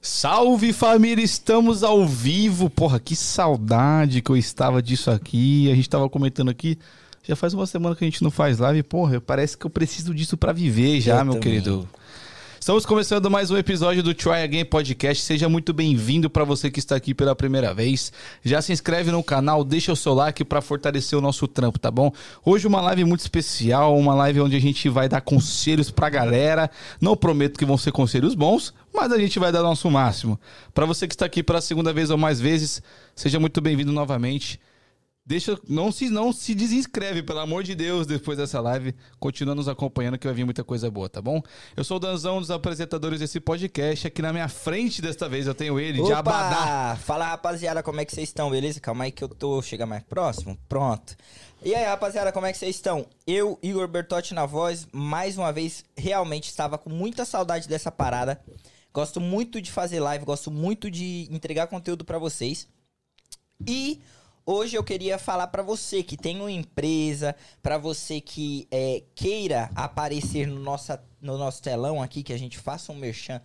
Salve família, estamos ao vivo. Porra, que saudade que eu estava disso aqui. A gente estava comentando aqui. Já faz uma semana que a gente não faz live. Porra, parece que eu preciso disso para viver já, Eu meu também. querido. Estamos começando mais um episódio do Try Again Podcast. Seja muito bem-vindo para você que está aqui pela primeira vez. Já se inscreve no canal, deixa o seu like para fortalecer o nosso trampo, tá bom? Hoje uma live muito especial, uma live onde a gente vai dar conselhos pra galera. Não prometo que vão ser conselhos bons, mas a gente vai dar nosso máximo. Para você que está aqui pela segunda vez ou mais vezes, seja muito bem-vindo novamente. Deixa, não se não se desinscreve, pelo amor de Deus, depois dessa live. Continua nos acompanhando que vai vir muita coisa boa, tá bom? Eu sou o Danzão, um dos apresentadores desse podcast. Aqui na minha frente desta vez eu tenho ele, de Abadá. Opa! Fala rapaziada, como é que vocês estão? Beleza? Calma aí que eu tô. Chega mais próximo? Pronto. E aí, rapaziada, como é que vocês estão? Eu, Igor Bertotti na voz, mais uma vez, realmente estava com muita saudade dessa parada. Gosto muito de fazer live, gosto muito de entregar conteúdo pra vocês. E hoje eu queria falar pra você que tem uma empresa, pra você que é, queira aparecer no, nossa, no nosso telão aqui, que a gente faça um merchan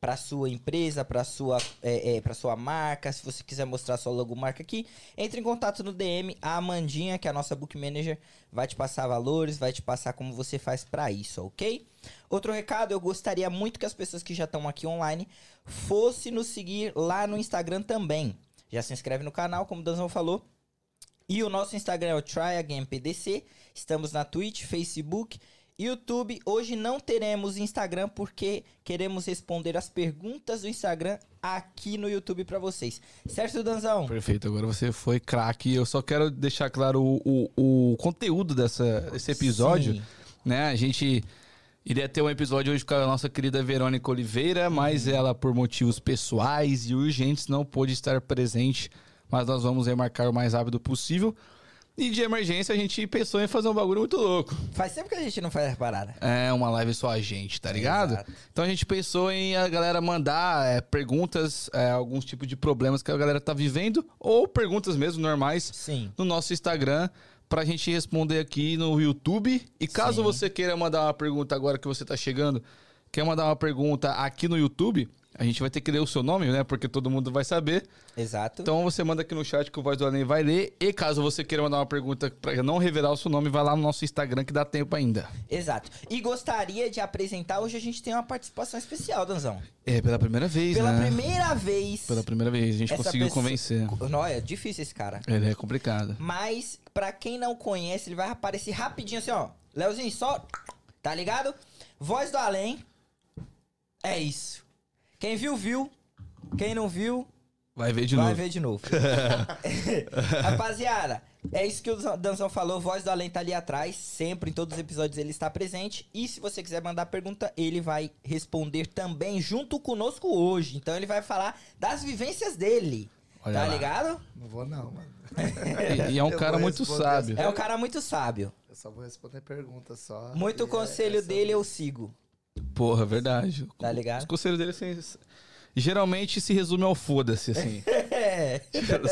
pra sua empresa, pra sua, é, é, pra sua marca. Se você quiser mostrar sua logomarca aqui, entre em contato no DM. A Amandinha, que é a nossa book manager, vai te passar valores, vai te passar como você faz pra isso, ok? Outro recado, eu gostaria muito que as pessoas que já estão aqui online fossem nos seguir lá no Instagram também. Já se inscreve no canal, como o Danzão falou. E o nosso Instagram é o TryAgainPDC. Estamos na Twitch, Facebook, YouTube. Hoje não teremos Instagram porque queremos responder as perguntas do Instagram aqui no YouTube pra vocês. Certo, Danzão? Perfeito, agora você foi craque. Eu só quero deixar claro o, o, o conteúdo dessa, desse episódio. Sim. né? A gente iria ter um episódio hoje com a nossa querida Verônica Oliveira, mas ela, por motivos pessoais e urgentes, não pôde estar presente. Mas nós vamos remarcar o mais rápido possível. E de emergência, a gente pensou em fazer um bagulho muito louco. Faz tempo que a gente não faz essa parada. É uma live só a gente, tá ligado? Exato. Então a gente pensou em a galera mandar é, perguntas, é, alguns tipos de problemas que a galera tá vivendo, ou perguntas mesmo normais Sim. no nosso Instagram pra gente responder aqui no YouTube. E caso Sim. você queira mandar uma pergunta agora que você tá chegando, quer mandar uma pergunta aqui no YouTube, a gente vai ter que ler o seu nome, né? Porque todo mundo vai saber. Exato. Então você manda aqui no chat que o Voz do Além vai ler. E caso você queira mandar uma pergunta pra não revelar o seu nome, vai lá no nosso Instagram que dá tempo ainda. Exato. E gostaria de apresentar, hoje a gente tem uma participação especial, Danzão. É, pela primeira vez, Pela né? primeira vez. Pela primeira vez, a gente Essa conseguiu pessoa- convencer. Não, é difícil esse cara. Ele é complicado. Mas, pra quem não conhece, ele vai aparecer rapidinho assim, ó. Leozinho, só. Tá ligado? Voz do além. É isso. Quem viu, viu. Quem não viu, Vai ver de vai novo. ver de novo. Rapaziada, é isso que o Danzão falou. Voz do Além tá ali atrás. Sempre, em todos os episódios, ele está presente. E se você quiser mandar pergunta, ele vai responder também junto conosco hoje. Então ele vai falar das vivências dele. Olha tá lá. ligado? Não vou não, mano. E, e é um Eu cara vou muito responder sábio. É um cara muito sábio. Eu só vou responder perguntas só. Muito E é- conselho é sobre- dele eu sigo. Porra, é verdade. Tá ligado? Os conselhos dele assim, geralmente se resume ao foda-se, assim. É.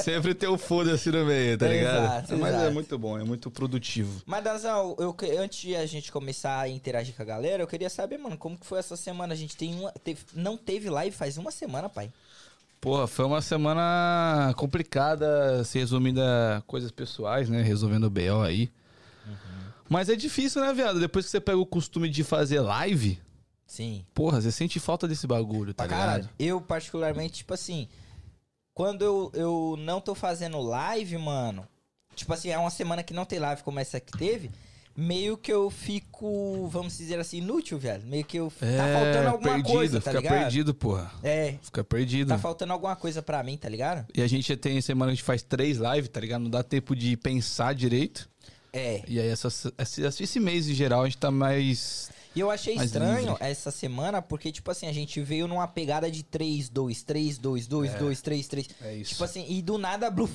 Sempre tem o foda-se no meio, tá ligado? Exato, Mas é exato. muito bom, é muito produtivo. Mas, Danzão, eu, que- antes de a gente começar a interagir com a galera, eu queria saber, mano, como que foi essa semana? A gente tem uma. teve- não teve live faz uma semana, pai. Porra, foi uma semana complicada, se resumindo a coisas pessoais, né? Resolvendo o BO aí. Uhum. Mas é difícil, né, viado? Depois que você pega o costume de fazer live, Sim. porra, você sente falta desse bagulho, tá Pra caralho. ligado? Eu, particularmente, tipo assim. Quando eu, eu não tô fazendo live, mano. Tipo assim, é uma semana que não tem live como essa que teve. Meio que eu fico, vamos dizer assim, inútil, velho. Meio que eu. tá É, faltando alguma perdido, coisa, tá fica ligado? perdido, porra. É. Fica perdido. Tá faltando alguma coisa pra mim, tá ligado? E a gente tem semana que a gente faz três lives, tá ligado? Não dá tempo de pensar direito. É. E aí, essa, esse, esse mês em geral, a gente tá mais. E eu achei Mais estranho livre. essa semana, porque, tipo assim, a gente veio numa pegada de 3, 2, 3, 2, 2, 2, 3, 3. É isso. Tipo assim, e do nada, bluf,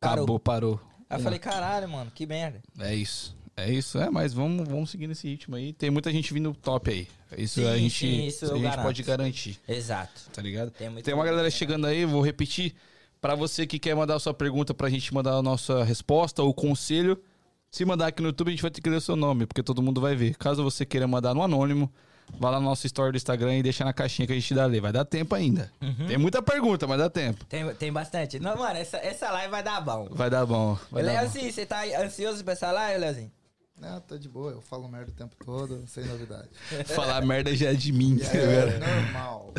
parou. acabou, parou. Aí eu falei, caralho, mano, que merda. É isso. É isso, é, mas vamos, vamos seguir nesse ritmo aí. Tem muita gente vindo top aí. Isso Sim, a gente, sim, isso a eu gente garanto. pode garantir, Exato. tá ligado? Tem muito Tem uma galera chegando aí, vou repetir. Pra você que quer mandar a sua pergunta pra gente mandar a nossa resposta ou conselho, se mandar aqui no YouTube, a gente vai ter que ler o seu nome, porque todo mundo vai ver. Caso você queira mandar no anônimo, Vai lá no nosso story do Instagram e deixa na caixinha que a gente dá ali. Vai dar tempo ainda. Uhum. Tem muita pergunta, mas dá tempo. Tem, tem bastante. Não, mano, essa, essa live vai dar bom. Vai dar bom. Vai dar bom. Leozinho, você tá ansioso pra essa live, Leozinho? Não, tô de boa, eu falo merda o tempo todo, sem novidade. Falar merda já é de mim, E tá aí, ligado? é normal.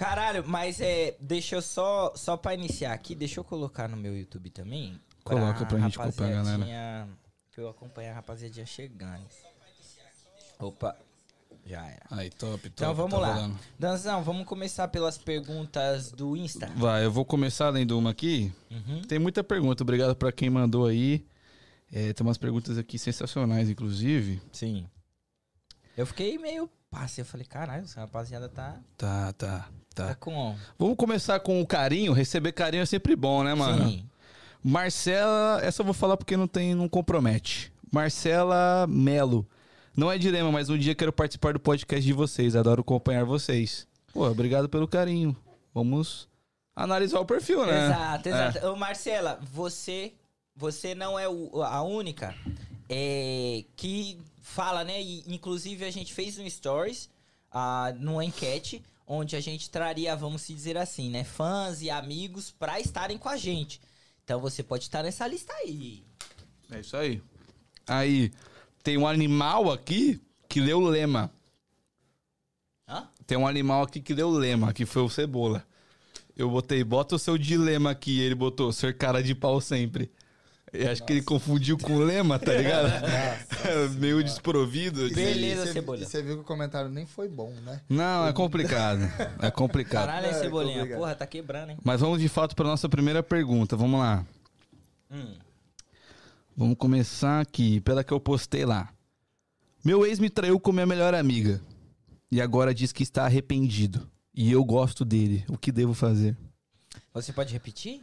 Caralho, mas é. Deixa eu só. Só pra iniciar aqui, deixa eu colocar no meu YouTube também. Coloca pra gente acompanhar a galera. rapaziadinha- Pra eu acompanhar a rapaziadinha chegando. Opa, já era. Aí, top, top. Então vamos tá lá. rolando. Danzão, vamos começar pelas perguntas do Insta. Uhum. Vai, eu vou começar lendo uma aqui. Tem muita pergunta, obrigado pra quem mandou aí. É, tem umas perguntas aqui sensacionais, inclusive. Sim. Eu fiquei meio passe. Eu falei, caralho, essa rapaziada tá, Tá, tá, tá tá. com. Vamos começar com o carinho. Receber carinho é sempre bom, né, mano? Sim. Marcela, essa eu vou falar porque não tem, não compromete. Marcela Melo. Não é dilema, mas um dia quero participar do podcast de vocês. Adoro acompanhar vocês. Pô, obrigado pelo carinho. Vamos analisar o perfil, né? Exato, exato. Ô, Marcela, você, você não é o- a única é, que fala, né? E, inclusive, a gente fez um stories ah, numa enquete onde a gente traria, vamos se dizer assim, né? Fãs e amigos pra estarem com a gente. Então você pode estar nessa lista aí. É. é isso aí. Aí, tem um animal aqui que leu o lema. Hã? Tem um animal aqui que leu o lema, que foi o Cebola. Eu botei, bota o seu dilema aqui. Ele botou, ser cara de pau sempre. Eu acho que ele confundiu com o lema, tá ligado? Meio desprovido. de- Beleza, E cê- Cebola. E você viu que o comentário nem foi bom, né? Não, é complicado. É complicado. Caralho, hein, É, Cebolinha? obrigado. Porra, tá quebrando, hein? Mas vamos de fato para nossa primeira pergunta. Vamos lá. Hum. Vamos começar aqui pela que eu postei lá. Meu ex me traiu com minha melhor amiga e agora diz que está arrependido. E eu gosto dele. O que devo fazer? Você pode repetir?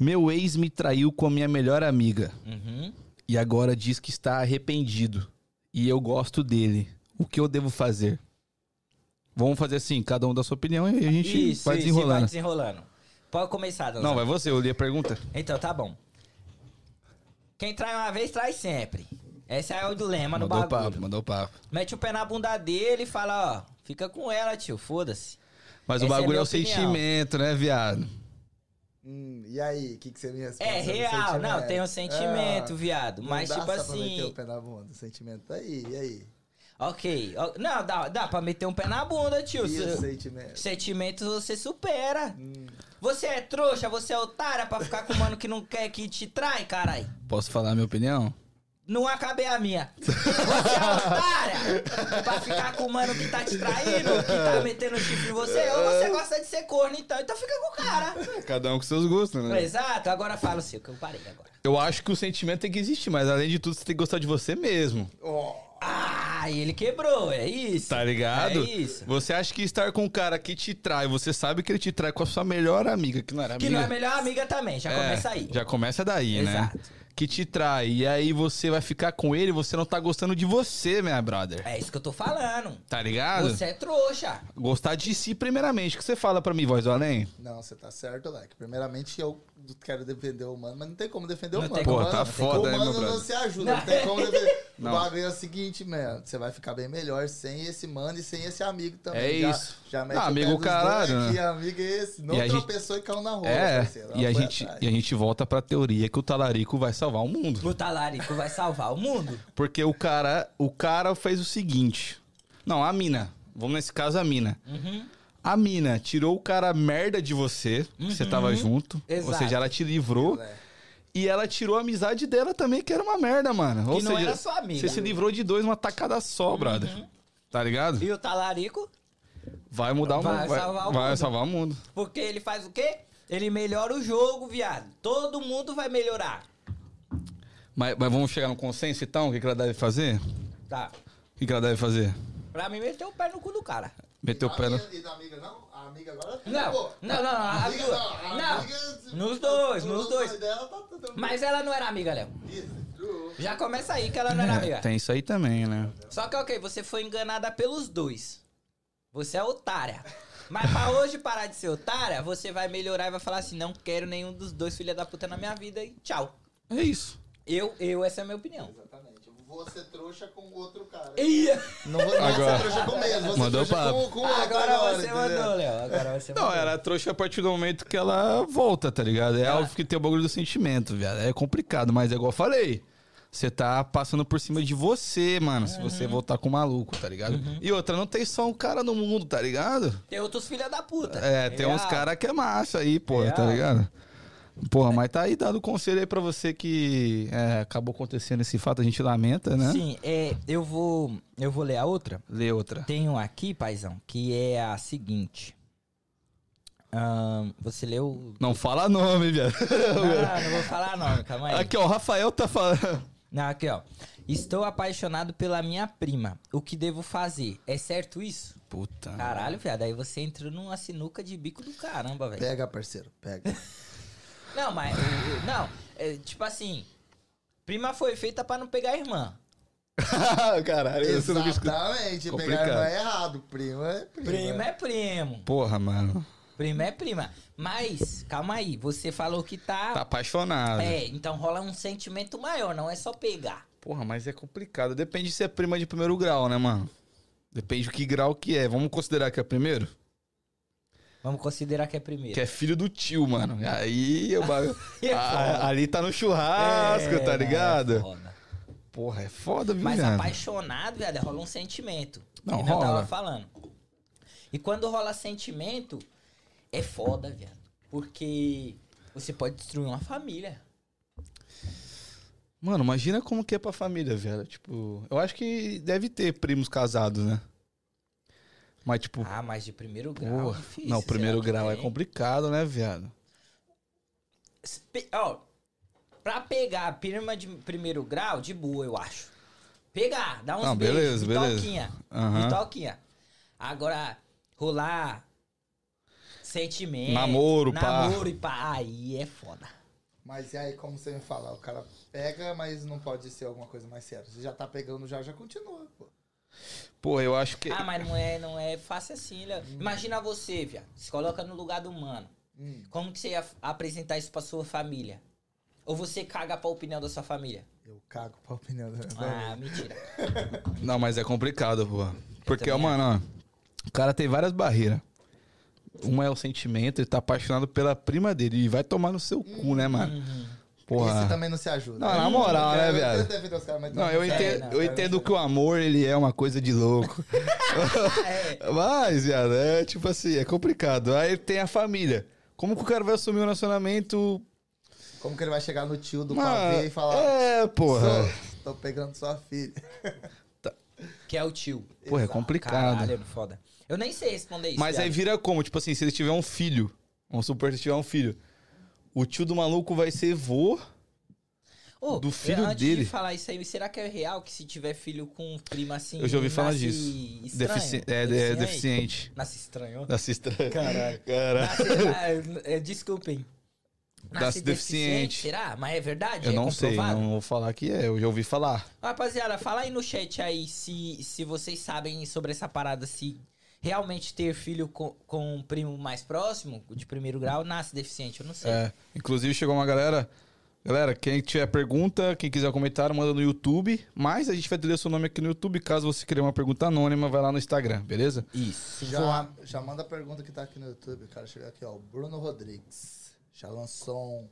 Meu ex me traiu com a minha melhor amiga Uhum. e agora diz que está arrependido. E eu gosto dele. O que eu devo fazer? Vamos fazer assim, cada um dá sua opinião e aí a gente Isso, vai isso, desenrolando. vai desenrolando. Pode começar, Danzão. Não, vai você, eu li a pergunta. Então, tá bom. Quem trai uma vez, trai sempre. Esse é o dilema do mandou o bagulho. papo, mandou o papo. Mete o pé na bunda dele e fala, ó, fica com ela, tio, foda-se. Mas Essa o é a bagulho é, minha o opinião. sentimento, né, viado? Hum, e aí, o que, que você me responde? É sobre o real, não, sentimento? tem um sentimento, Ah, viado. não Mas, dá tipo só Pra meter o assim, pé na bunda, o sentimento. Aí, e aí? ok. ó, Não, dá, dá pra meter um pé na bunda, E tio. o Se- sentimento? Sentimentos você supera. Hum. Você é trouxa, você é otária pra ficar com o mano que não quer que te trai, carai. Posso falar a minha opinião? Não acabei a minha. Você é otária! Pra ficar com o mano que tá te traindo, que tá metendo chifre em você, ou É. você gosta de ser corno, então, então fica com o cara. Cada um com seus gostos, Exato, agora fala o seu, que eu parei agora. Eu acho que o sentimento tem que existir, mas além de tudo, você tem que gostar de você mesmo. Ó, Ah, ele quebrou, é isso. Tá ligado? É isso. Você acha que estar com um cara que te trai, você sabe que ele te trai com a sua melhor amiga, que não era Que amiga. não é a melhor amiga também, já É, começa aí. Já começa daí, Exato. né? Que te trai. E aí você vai ficar com ele, você não tá gostando de você, minha brother. É isso que eu tô falando. Tá ligado? Você é trouxa. Gostar de si primeiramente. O que você fala pra mim, voz do além? Não, você tá certo, Leque. Primeiramente, eu quero defender o humano, mas não tem como defender Não o humano. tem como. Pô, tá Mano, foda, O hein, humano meu não brother? se ajuda, não tem como defender. O bagulho é o seguinte, mano. Você vai ficar bem melhor sem esse mano e sem esse amigo também. É Já- isso. Já mete Ah, o pé amigo dos dois caralho, aqui, né? amigo é esse. Não E a gente- tropeçou e caiu na roda, É, parceiro. e a, Foi gente, atrás. e a gente volta pra teoria que o talarico vai salvar o mundo. O talarico vai salvar o mundo. Porque o cara, o cara fez o seguinte. Não, a mina. Vamos nesse caso, a mina. Uhum. A mina tirou o cara merda de você, que você tava junto. Ou Uhum. Exato. seja, ela te livrou. É. E ela tirou a amizade dela também, que era uma merda, mano. Ou Que não seja, era sua amiga. né? Uhum. Você se livrou de dois numa tacada só, brother. Tá ligado? E o talarico, Vai mudar o Vai mundo. Vai, salvar o vai mundo. salvar o mundo. porque ele faz o quê? Ele melhora o jogo, viado. Todo mundo vai melhorar. Mas, mas vamos chegar no consenso então? O que, que ela deve fazer? Tá. O que, que ela deve fazer? Pra mim, meter o pé no cu do cara. Meteu o pé no. Amiga- E da amiga não? A amiga agora Não, Pô, não, não, não, a amiga amiga- a não. amiga- é Nos dois, nos dois. dela tá tudo bem. Mas ela não era amiga, Léo. Isso, Já começa aí que ela não era É, amiga. tem isso aí também, né? Só que, ok, você foi enganada pelos dois. Você é otária. Mas pra hoje parar de ser otária, você vai melhorar e vai falar assim: não quero nenhum dos dois filha da puta na minha vida e tchau. É isso. Eu, eu, essa é a minha opinião. Exatamente. Eu vou vou ser trouxa com outro cara. Ia. Não vou não Agora. ser trouxa com o mesmo, vou ser Mandou trouxa papo. com, com o outro Agora você entendeu? mandou, Léo. Agora você Não, mandou. ela é trouxa a partir do momento que ela volta, tá ligado? É Ela- óbvio que tem o bagulho do sentimento, viado. É complicado, mas é igual eu falei. Você tá passando por cima de você, mano, se Uhum. você voltar com o maluco, tá ligado? E outra, não tem só um cara no mundo, tá ligado? Tem outros filha da puta. É, tem uns Real. caras que é massa aí, porra, tá Real. ligado? Porra, mas tá aí dado conselho aí pra você que é, acabou acontecendo esse fato, a gente lamenta, né? Sim, é, eu vou. Eu vou ler a outra. Lê outra. Tenho aqui, paizão, que é a seguinte. Ahn, você leu. Não fala nome, viado. Ah, não vou falar nome, calma aí. Aqui, ó, o Rafael tá falando. Não, aqui, ó. Estou apaixonado pela minha prima. O que devo fazer? É certo isso? Puta. Caralho, viado. Aí você entrou numa sinuca de bico do caramba, É. velho. Pega, parceiro, pega. Não, mas. eh, eh, Não, eh, tipo assim. Prima foi feita pra não pegar a irmã. Caralho, você não me escuta. Exatamente, pegar Complicado. não é errado, primo é primo. Primo é primo. Porra, mano. Primo é prima. Mas, calma aí. Você falou que Tá apaixonado. É, então rola um sentimento maior, não é só pegar. Porra, mas é complicado. Depende se é prima de primeiro grau, né, mano? Depende do que grau que é. Vamos considerar que é primeiro? Vamos considerar que é primeiro. Que é filho do tio, mano. Aí o bagulho. É A- foda. ali tá no churrasco, É, tá é ligado? foda. Porra, é foda, viu, Mas viado? apaixonado, velho, rola um sentimento. Não, E eu rola. tava falando. E quando rola sentimento, é foda, viado. Porque você pode destruir uma família. Mano, imagina como que é pra família, velho. Tipo, eu acho que deve ter primos casados, né? Mas, tipo, Ah, mas de primeiro grau. porra. é difícil, não, será primeiro que grau é tem? complicado, né, viado? Espe- Ó, pra pegar a prima de primeiro grau, de boa, eu acho. Pegar, dá uns Não, beijos, beleza, beleza. bitoquinha. Aham. Bitoquinha. Agora, rolar sentimento. Namoro, pá. Namoro e pá. Aí é foda. Mas e aí, como você me fala? O cara pega, mas não pode ser alguma coisa mais séria. Você já tá pegando já, já continua, pô. Porra, eu acho que. Hum. Ah, mas não é, não é fácil assim, Léo. Imagina você, viado. Se coloca no lugar do mano. Hum. Como que você ia f- apresentar isso pra sua família? Ou você caga pra opinião da sua família? Eu cago pra opinião da minha Ah, família. mentira. Não, mas é complicado, pô. Porque, também mano, ó, o cara tem várias barreiras. Uma é o sentimento, ele tá apaixonado pela prima dele. E vai tomar no seu cu, né, mano? E Você Porra. Uhum. também é não se ajuda. Não, na moral, né, viado? Eu defendo os caras, mas Não, eu não né? serve. entendo, não, eu pra mim entendo que o amor, ele é uma coisa de louco. Ah, é. Mas, viado, é tipo assim, é complicado. Aí tem a família. Como que o cara vai assumir um relacionamento... Como que ele vai chegar no tio do Mano, pavê e falar... é, porra. "Sou- Tô pegando sua filha. Que é o tio. Porra, é complicado. Caralho, foda. Eu nem sei responder isso. Mas aí viado. vira como? Tipo assim, se ele tiver um filho, vamos supor que ele tiver um filho, o tio do maluco vai ser vô... Ô, do filho antes dele. de falar isso aí, será que é real que se tiver filho com prima assim. Eu já ouvi falar nasce disso. Estranho? Defici- é, é, deficiente. Nasce estranho. Nasce estranho. Caralho. Caralho. Nasce, ah, é, desculpem. Nasce deficiente. Será? Mas é verdade? Eu é não sei, comprovado? não vou falar que é, eu já ouvi falar. Rapaziada, fala aí no chat aí se, se vocês sabem sobre essa parada, se realmente ter filho com, com um primo mais próximo, de primeiro grau, nasce deficiente. Eu não sei. É, inclusive chegou uma galera. Galera, quem tiver pergunta, quem quiser comentário, manda no YouTube. Mas a gente vai ter seu nome aqui no YouTube. Caso você queira uma pergunta anônima, vai lá no Instagram, beleza? Isso. Já, já manda a pergunta que tá aqui no YouTube. O cara chegou aqui, ó. O Bruno Rodrigues. Já lançou um...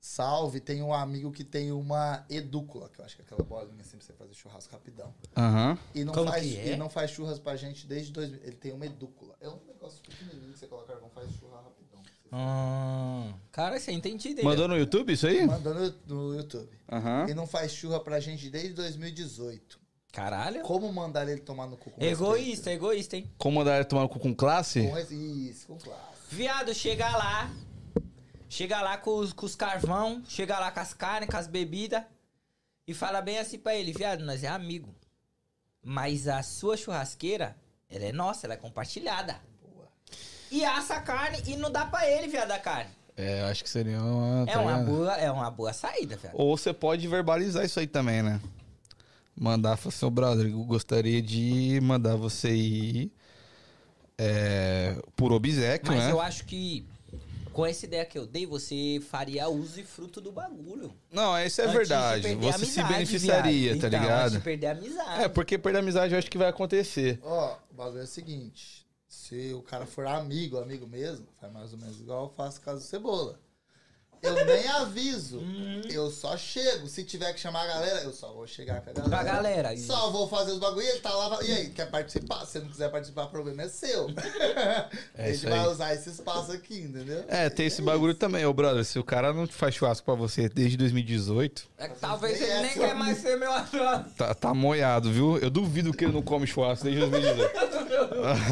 Salve, tem um amigo que tem uma edúcula, que eu acho que é aquela bolinha assim pra você fazer churrasco rapidão. Aham. E não, Como faz, que é? e não faz churras pra gente desde 2000. Ele tem uma edúcula. É um negócio pequenininho que você coloca carvão, faz churras rapidão. Hum, cara, você entendi dele. Mandou no YouTube isso aí? Mandou no, no YouTube. Aham. E não faz churra pra gente desde 2018. Caralho. Como mandar ele tomar no cu com É Egoísta, egoísta, hein? Como mandar tomar no cu com classe? respeito? Com res- Isso, com classe. Viado, chega lá. Chega lá com os, com os carvão, chega lá com as carnes, com as bebidas. E fala bem assim pra ele, viado, nós é amigo. Mas a sua churrasqueira, ela é nossa, ela é compartilhada. Boa. E assa a carne e não dá pra ele, viado, a carne. É, eu acho que seria uma. É tá uma ligado? boa, é uma boa saída, viado. Ou você pode verbalizar isso aí também, né? Mandar falar seu brother, eu gostaria de mandar você ir é, por obséquio, Mas né? eu acho que Com essa ideia que eu dei, você faria uso e fruto do bagulho. Não, isso é Antes de verdade. perder a Você se amizade, beneficiaria, viado. tá Então, antes de ligado? perder a amizade. É, porque perder a amizade eu acho que vai acontecer. Ó, o bagulho é o seguinte. Se o cara for amigo, amigo mesmo, faz mais ou menos igual eu faço caso do Cebola. Eu nem aviso. Uhum. eu só chego. Se tiver que chamar a galera, eu só vou chegar com a galera. Pra galera. Só vou fazer os bagulho e ele tá lá. fala, E aí, quer participar? Se não quiser participar, o problema é seu. É a gente isso vai aí. usar esse espaço aqui, entendeu? É, tem esse bagulho também, ô brother. Se o cara não faz churrasco pra você desde 2018, É que talvez É, ele nem essa- quer mais ser meu amigo. tá, tá moiado, viu? Eu duvido que ele não come churrasco desde 2018.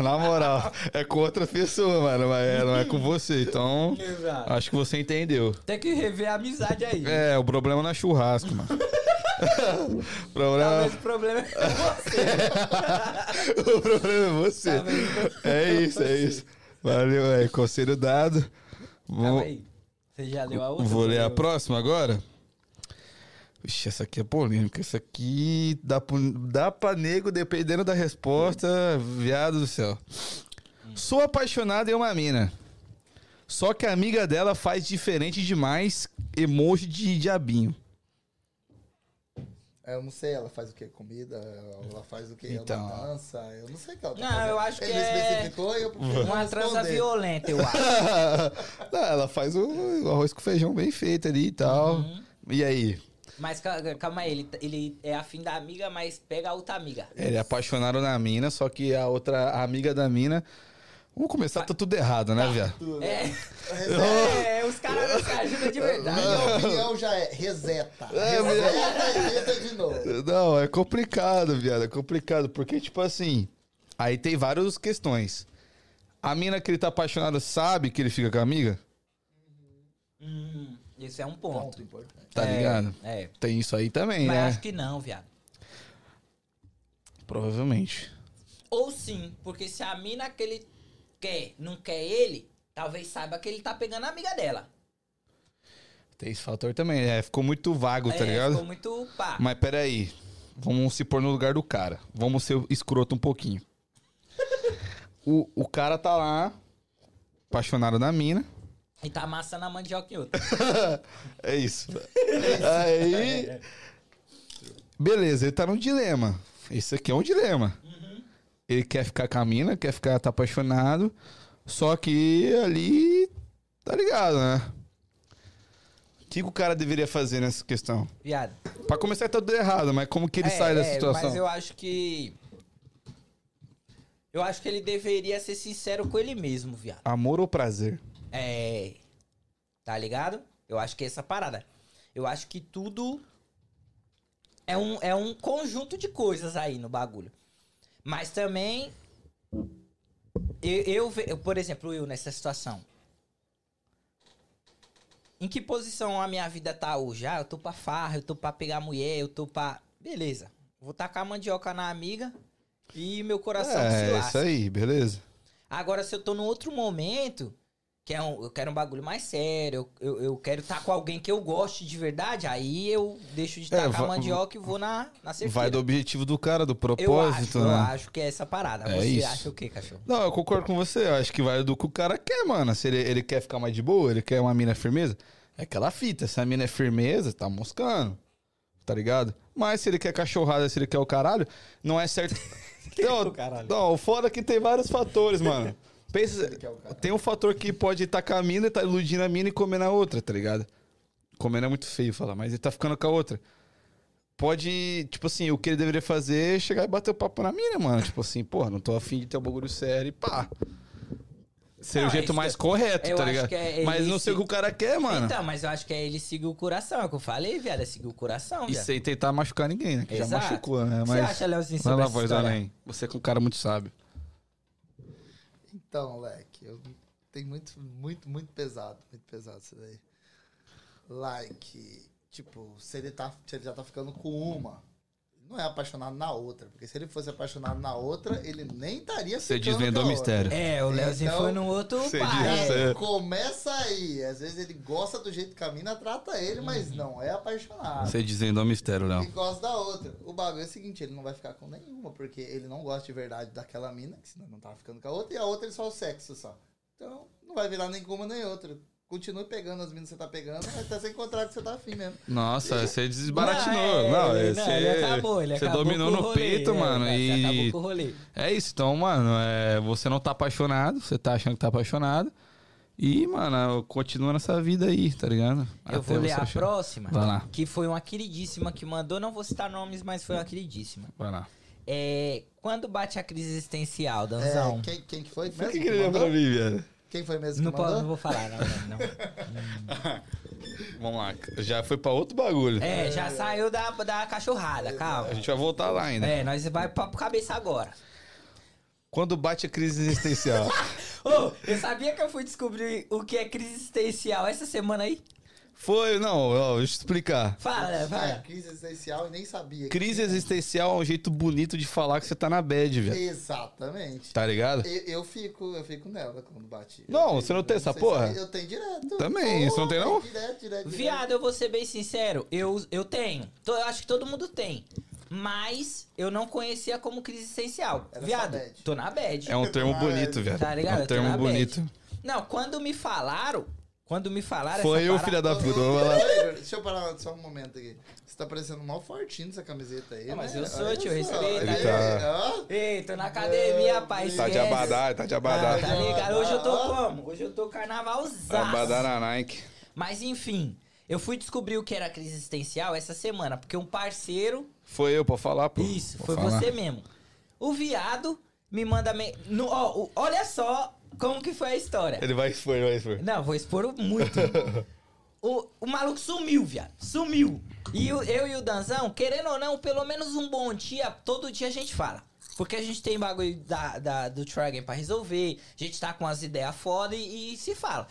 Na moral, é com outra pessoa, mano, mas é- não é com você. Então, Exato. acho que você entendeu. Tem que rever a amizade aí. É, o problema não é churrasco, mano. o, problema, Talvez o problema é você. o problema é você. Talvez o problema É isso, é isso. Valeu, é. Conselho dado. Calma Vamos. aí. Você já leu a outra? Vou ler a Você leu? próxima agora? Ixi, essa aqui é polêmica. Essa aqui dá, pro- dá pra nego, dependendo da resposta, viado do céu. Sou apaixonado em uma mina. Só que a amiga dela faz diferente demais emoji de diabinho. Eu não sei, ela faz o que? Comida? Ela faz o que? Então. Ela dança? Eu não sei o que ela tá Não, fazendo. eu acho ele que não é especificou e eu Uma trança violenta, eu acho. Não, ela faz o, o arroz com feijão bem feito ali e tal. E aí? Mas ca- calma aí, ele, ele é afim da amiga, mas pega a outra amiga. Ele apaixonaram na mina, só que a outra a amiga da mina. Vamos começar, tá tudo errado, né, viado? É, Reseta. é, os caras não se ajudam de verdade. Minha opinião já é reseta. É, minha- reseta e tenta de novo. Não, é complicado, viado. É complicado. Porque, tipo assim, aí tem várias questões. A mina que ele tá apaixonado sabe que ele fica com a amiga? Hum, isso é um Ponto ponto. importante. Tá É, ligado? É. Tem isso aí também, Mas né? acho que não, viado. Provavelmente. Ou sim, porque se a mina que ele quer não quer ele, talvez saiba que ele tá pegando a amiga dela. Tem esse fator também. É, ficou muito vago, tá É, ligado? Ficou muito pá. Mas peraí. Vamos se pôr no lugar do cara. Vamos ser escroto um pouquinho. o, o cara tá lá, apaixonado na mina. E tá amassando a mandioca em outra. É isso. Aí. Beleza, ele tá num dilema. Isso aqui é um dilema. Uhum. Ele quer ficar com a mina, quer ficar, tá apaixonado. Só que ali. Tá ligado, né? O que, que o cara deveria fazer nessa questão? Viado. Pra começar, tá tudo errado, mas como que ele É, sai dessa é, situação? Mas eu acho que. Eu acho que ele deveria ser sincero com ele mesmo, viado. Amor ou prazer? É. Tá ligado? Eu acho que é essa parada. Eu acho que tudo é um, é um conjunto de coisas aí no bagulho. Mas também. Eu, eu, ve- eu, por exemplo, eu nessa situação. Em que posição a minha vida tá hoje? Ah, eu tô pra farra, eu tô pra pegar mulher, eu tô pra. Beleza. Vou tacar mandioca na amiga e meu coração se é, lasca. isso aí, beleza. Agora, se eu tô num outro momento, que é um- eu quero um bagulho mais sério, eu, eu, eu quero estar com alguém que eu goste de verdade, aí eu deixo de É, tacar va- mandioca e vou na, na certeza. Vai do objetivo do cara, do eu propósito, acho, eu né? acho que é essa parada. É Você isso. acha o quê, cachorro? Não, eu concordo com você. Eu acho que vai do que o cara quer, mano. Se ele, ele quer ficar mais de boa, ele quer uma mina firmeza, é aquela fita. Se a mina é firmeza, tá moscando. Tá ligado? Mas se ele quer cachorrada, se ele quer o caralho, não é certo. não, o caralho? não, fora que tem vários fatores, mano. Pensa, quer o caralho. tem um fator que pode estar com a mina, tá iludindo a mina e comendo a outra, tá ligado? Comendo é muito feio falar, mas ele tá ficando com a outra. Pode, tipo assim, o que ele deveria fazer é chegar e bater o papo na mina, mano. Tipo assim, porra, não tô afim de ter um bagulho sério e pá. Seria o Não, é jeito isso mais que- correto, eu tá acho ligado? que é mas não ele sei o que o cara quer, mano. Então, mas eu acho que é ele seguir o coração, é o que eu falei, viado, é seguir o coração, e viado. sem tentar machucar ninguém, né? Que já Exato. machucou, né? O que Mas. você acha, Leozinho, Vai sobre lá, essa voz do história? além. Você é um cara muito sábio. Então, leque, eu tem muito, muito, muito pesado, muito pesado isso daí. Like, tipo, se ele, tá, se ele já tá ficando com uma, não é apaixonado na outra. Porque se ele fosse apaixonado na outra, ele nem estaria Você ficando desvendou o com a outra. mistério. É, o Leozinho Então, foi num outro você pai. disse- É, É. começa aí. Às vezes ele gosta do jeito que a mina trata ele, mas não é apaixonado. Você desvendou o mistério, E Léo. gosta da outra. O bagulho é o seguinte, ele não vai ficar com nenhuma, é porque ele não gosta de verdade daquela mina, que senão ele não tava ficando com a outra, e a outra ele só o sexo só. Então, não vai virar nenhuma nem outra. Continue pegando as minas que você tá pegando, até você encontrar que você tá afim mesmo. Nossa, você desbaratinou. é, Não, ele- você, ele acabou, ele você acabou dominou com o no rolê, peito, é, mano. você e acabou com o rolê. é isso. Então, mano, é, você não tá apaixonado, você tá achando que tá apaixonado. E, mano, continua nessa vida aí, tá ligado? Eu vou ler a achar- próxima, Vai lá. que foi uma queridíssima que mandou, não vou citar nomes, mas foi uma queridíssima. Vai lá. É, quando bate a crise existencial, É, Danzão? quem, quem que foi? O mesmo que, que ele deu mandou? pra mim, velho? Quem foi mesmo Não, que posso, mandou? não vou falar, não, não, não. Vamos lá. Já foi pra outro bagulho. É, já saiu da, da É, cachorrada, calma. A gente vai voltar lá ainda. né? É, nós vai pra cabeça agora. Quando bate a crise existencial. Ô, eu sabia que eu fui descobrir o que é crise existencial essa semana aí? Foi, não, ó, deixa eu explicar. Fala, Ah, fala. crise existencial e nem sabia. É. Crise existencial é um jeito bonito de falar que você tá na bad, velho. Exatamente. Tá ligado? Eu, eu fico, eu fico nela quando bate. Não, Eu você não tem eu essa sei porra? se- Eu tenho direto. Também, você não tem, não? Direto, direto, direto. Viado, eu vou ser bem sincero, eu, eu tenho. Tô- eu acho que todo mundo tem. Mas eu não conhecia como crise existencial. Era só Viado, bad. tô na bad. É um termo Ah, bonito, velho. Tá ligado? É um Eu tô termo na bad. bonito. Não, quando me falaram, quando me falaram Foi essa eu, parada- filha da puta. Ô, Vamos ô, lá. Igor, Deixa eu parar só um momento aqui. Você tá parecendo mal fortinho nessa camiseta aí. Não, Ah, mas né? eu sou, Olha tio, só, respeita, olha ele tá- aí, ó. Ei, tô na academia, pai. Tá de esquece. tá de é. Ah, abadá. tá ligado? Hoje eu tô como? Hoje eu tô carnavalzaço. na É Nike. Mas enfim, eu fui descobrir o que era crise existencial essa semana, porque um parceiro. Foi eu, pode falar, pô. Isso, Pode foi falar. você mesmo. O viado me manda. Me... no- ó, o- olha só como que foi a história. Ele vai expor, ele vai expor. Não, vou expor muito. o, o maluco sumiu, viado. Sumiu. E o- eu e o Danzão, querendo ou não, pelo menos um bom dia, todo dia a gente fala. Porque a gente tem bagulho da, da- do Tragen pra resolver, a gente tá com as ideias foda e, e se fala.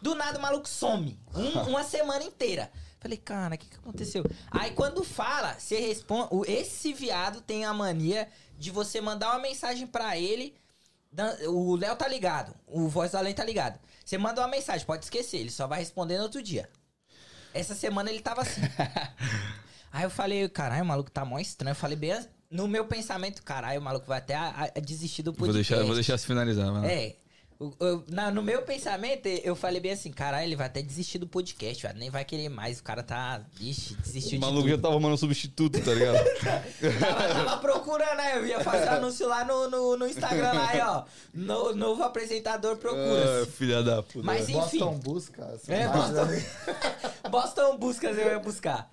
Do nada o maluco some. Um- uma semana inteira. Falei, cara, o que, que aconteceu? Aí quando fala, você responde. o- Esse viado tem a mania de você mandar uma mensagem pra ele Dan- O Léo tá ligado. O Voz do Além tá ligado. Você manda uma mensagem, pode esquecer. Ele só vai responder no outro dia. Essa semana ele tava assim. Aí eu falei, caralho, o maluco tá mó estranho. Eu falei bem an- no meu pensamento, caralho, o maluco vai até a- a- a desistir do Vou podcast. deixar, vou deixar assim. se finalizar, mano. É. O- eu- na- no meu pensamento, eu falei bem assim, caralho, ele vai até desistir do podcast, velho. Nem vai querer mais. O cara tá. Ixi, desistiu O de maluco tudo. já tá- tava arrumando substituto, tá ligado? Tava, tava procurando, né? Eu ia fazer anúncio lá no, no, no Instagram, lá, aí, ó. No- novo apresentador Ah, procura. filha da puta. Mas velho. enfim. Boston um busca. assim, essa É, um imagem Boston. da- Boston Buscas eu ia buscar.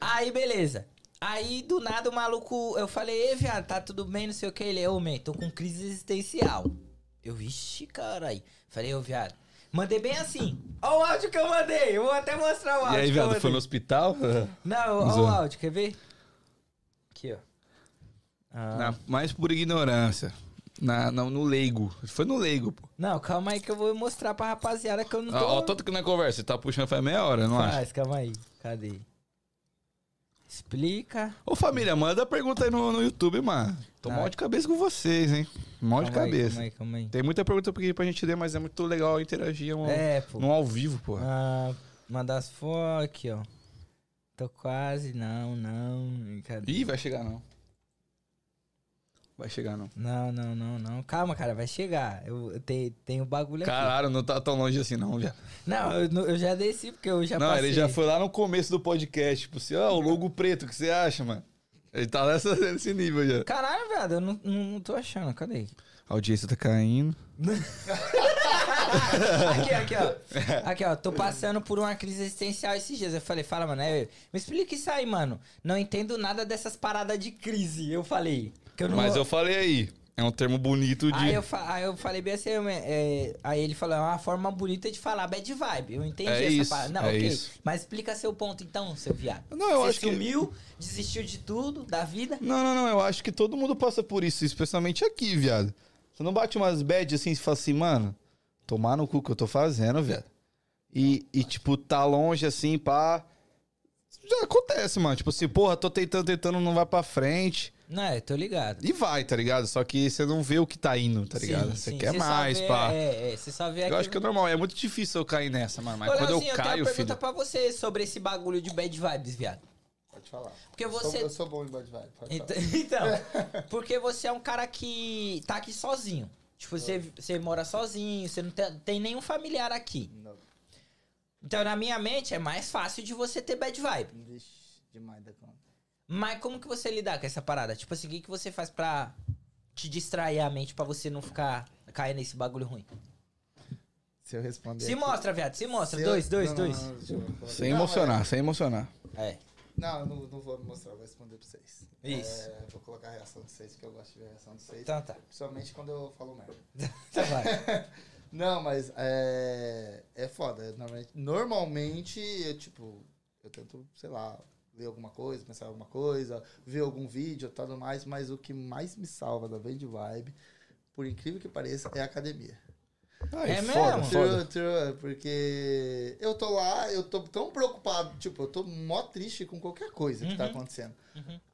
Aí, beleza. Aí, do nada, o maluco... Eu falei, ei, viado, tá tudo bem, não sei o que. Ele, ô, man, tô com crise existencial. Eu, vixe, caralho. Falei, ô, viado. Mandei bem assim. Ó o áudio que eu mandei. Eu vou até mostrar o E aí, áudio que eu viado, mandei. foi no hospital? Não, ó o Zoando. áudio, quer ver? Aqui, ó. Ah. Na- mas por ignorância. Na, na- no leigo. Foi no leigo, pô. Não, calma aí que eu vou mostrar pra rapaziada que eu não tô... Ah, Ó, ó, tanto que na conversa, tá puxando faz meia hora, não acha? Faz, calma aí. Cadê? Explica. Ô família, manda pergunta aí no, no YouTube, mano. Tô mal Tá. de cabeça com vocês, hein? Mal de Calma aí, cabeça. calma aí, calma aí. Tem um- muita pergunta aqui pra gente ler, mas é muito legal interagir no, É, pô. no ao vivo, pô. Ah, mandar as fotos aqui, ó. Tô quase, não, não. Cadê? Ih, vai chegar não. Vai chegar não. Não, não, não, não. Calma, cara, vai chegar. Eu, eu te- tenho o bagulho aqui. Caralho, não tá tão longe assim não, viado. Não, eu, não- eu já desci porque eu já Não, passei. ele já foi lá no começo do podcast, tipo assim, ó, o logo preto, o que você acha, mano? Ele tá nessa, nesse nível já. Caralho, velho, eu não, não, não tô achando. Cadê? A audiência tá caindo. aqui, aqui, ó. Aqui, ó. Tô passando por uma crise existencial esses dias. Eu falei, fala, mano, é, me explica isso aí, mano. Não entendo nada dessas paradas de crise. Eu falei. Que eu não Mas eu falei aí, é um termo bonito de... Aí Ah, eu, fa- aí eu falei bem assim, eu, é, aí ele falou, é uma forma bonita de falar bad vibe. Eu entendi É essa isso, parada. Não, é ok. isso. Mas explica seu ponto então, seu viado. Não, eu Você acho que- sumiu, desistiu de tudo, da vida. Não, não, não. Eu acho que todo mundo passa por isso, especialmente aqui, viado. Você não bate umas bad assim e fala assim, mano, tomar no cu que eu tô fazendo, viado. E, e tipo, tá longe assim, pá. Já acontece, mano. Tipo assim, porra, tô tentando, tentando, não vai pra frente. Não, eu tô ligado. E vai, tá ligado? Só que você não vê o que tá indo, tá ligado? Sim, você sim. quer só mais, vê- pá. É, é, você só vê aqui. Eu acho que é normal. É muito difícil eu cair nessa, mano. Mas Ô, quando eu Leozinho, assim, tenho caio, uma filho. pergunta pra você sobre esse bagulho de bad vibes, viado. Pode falar. Porque Eu sou- você- Então- Eu sou bom em bad vibe. Pode Ent- falar. Então, porque você é um cara que tá aqui sozinho. Tipo, você, você mora sozinho, você não tem, tem nenhum familiar aqui. Não. Então, na minha mente, é mais fácil de você ter bad vibe. Vixe, demais da conta. Mas como que você lidar com essa parada? Tipo assim, o que que você faz pra te distrair a mente pra você não ficar cair nesse bagulho ruim? Se eu responder. Se aqui- mostra, viado, se mostra. Se eu- dois, dois, não, dois. Não, não, deixa eu falar. Sem Não, emocionar, sem emocionar. É. é- Não, eu não, não vou me mostrar, eu vou responder pra vocês. Isso. É, vou colocar a reação de vocês, porque eu gosto de ver a reação de vocês. Então tá. Principalmente quando eu falo merda. Então vai. Não, mas é. É foda. Normalmente, normalmente, eu, tipo, eu tento, sei lá, ler alguma coisa, pensar em alguma coisa, ver algum vídeo e tudo mais, mas o que mais me salva da bad vibe, por incrível que pareça, é a academia. Ai, É foda, mesmo? foda. True, true, porque eu tô lá, eu tô tão preocupado, tipo, eu tô mó triste com qualquer coisa que tá acontecendo.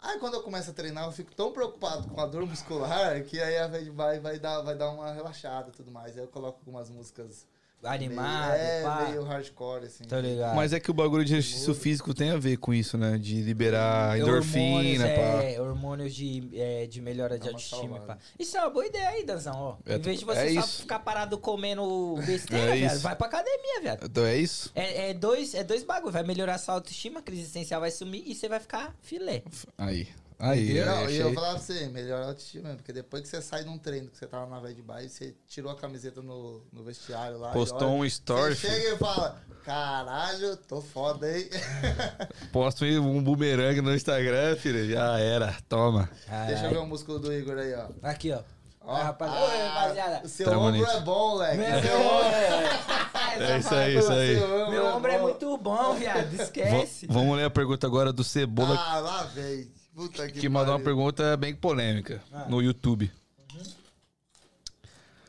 Aí quando eu começo a treinar, eu fico tão preocupado com a dor muscular que aí a gente vai, vai, dar, vai dar uma relaxada e tudo mais. Aí eu coloco algumas músicas Animado, meio, é, pá. meio hardcore, assim. Tô ligado. Mas é que o bagulho de exercício físico tem a ver com isso, né? De liberar endorfina, pá. é, hormônios de, é, de melhora Dá de uma autoestima, pá. salvada. Isso é uma boa ideia aí, Danzão, ó. É, em vez de é você só isso. ficar parado comendo besteira, É viado, isso. vai pra academia, viado. Então é isso? É, é dois, é dois bagulho. Vai melhorar sua autoestima, a crise existencial vai sumir e você vai ficar filé. Aí. Aí, E aí, não, e eu achei. falava pra você, melhor a autoestima, porque depois que você sai de um treino que você tava na bad vibe, você tirou a camiseta no, no vestiário lá. e Postou olha, um story, Você chega e fala, caralho, tô foda, hein? Posto um bumerangue no Instagram, filho. Já era. Toma. Deixa eu ver o músculo do Igor aí, ó. Aqui, ó. Ó, Ah, rapaz- Oi, rapaziada. O seu Tá ombro bonito. é bom, leque. Meu Seu ombro- É isso aí, isso aí. seu ombro Meu ombro é bom. muito bom, viado. Esquece. Va- vamos ler a pergunta agora do Cebola, É Ah, lá vem. Puta que que mandou uma pariu. Ah. Uhum. pergunta bem polêmica no YouTube.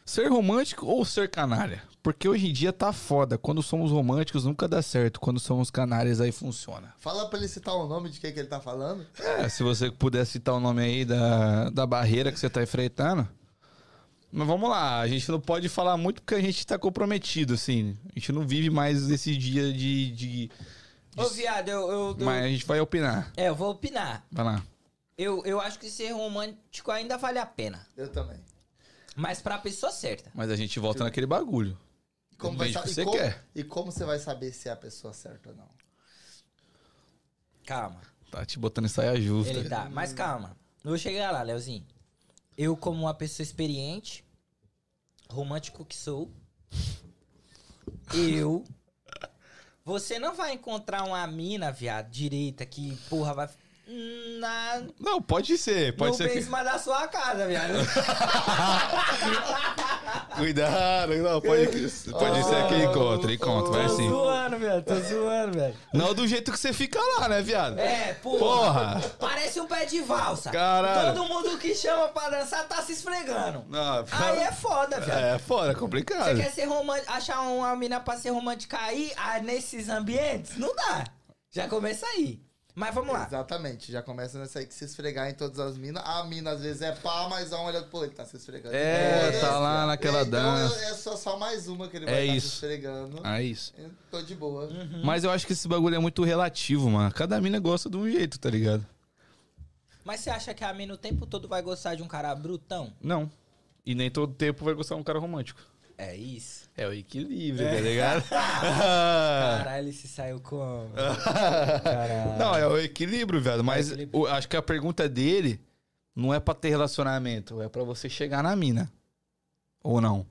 Ser romântico ou ser canalha? Porque hoje em dia tá foda. Quando somos românticos nunca dá certo. Quando somos canárias aí funciona. Fala pra ele citar o nome de quem que ele tá falando. É, se você puder citar o nome aí da, da barreira que você tá enfrentando. Mas vamos lá, a gente não pode falar muito porque a gente tá comprometido, assim. A gente não vive mais esse dia de. de- Ô, viado, eu. eu- eu- Mas a gente vai opinar. É, eu vou opinar. Vai lá. Eu, eu acho que ser romântico ainda vale a pena. Eu também. Mas pra pessoa certa. Mas a gente volta naquele bagulho. E Como vai Depende do que sa- e você como- quer. E como você vai saber se é a pessoa certa ou não? Calma. Tá te botando em saia justa. Ele tá. Mas calma. Eu vou chegar lá, Leozinho. Eu, como uma pessoa experiente, romântico que sou, eu. Você não vai encontrar uma mina, viado, direita, que, porra, vai. Na, Não, pode ser. Pode no ser que. basement da sua casa, viado. Cuidado, não, pode, pode ser que encontre. Encontra, vai tô sim. zoando, viado. Tô zoando, velho. Não do jeito que você fica lá, né, viado? É, porra. Porra. Parece um pé de valsa. Caralho. Todo mundo que chama pra dançar tá se esfregando. Não, Aí é foda, viado. É, fora, é Você complicado. quer ser romântico, achar uma mina pra ser romântica aí, ah, nesses ambientes? Não dá. Já começa aí. Mas vamos lá. Exatamente, já começa nessa aí que se esfregar em todas as minas. A mina às vezes é pá, mas a um olha, pô, ele tá se esfregando. É, Pô, tá é, lá naquela então dança. eu- é só, só mais uma que ele É vai estar isso. se esfregando. Ah, Uhum. isso. Eu tô de boa. Mas eu acho que esse bagulho é muito relativo, mano. Cada mina gosta de um jeito, tá ligado? Mas você acha que a mina o tempo todo vai gostar de um cara brutão? Não. E nem todo tempo vai gostar de um cara romântico. É isso. É o equilíbrio, tá ligado? É. Caralho, ele se saiu como? Caralho. Não, é o equilíbrio, velho. Mas É o equilíbrio. o- acho que a pergunta dele não é pra ter relacionamento, é pra você chegar na mina. Ou não?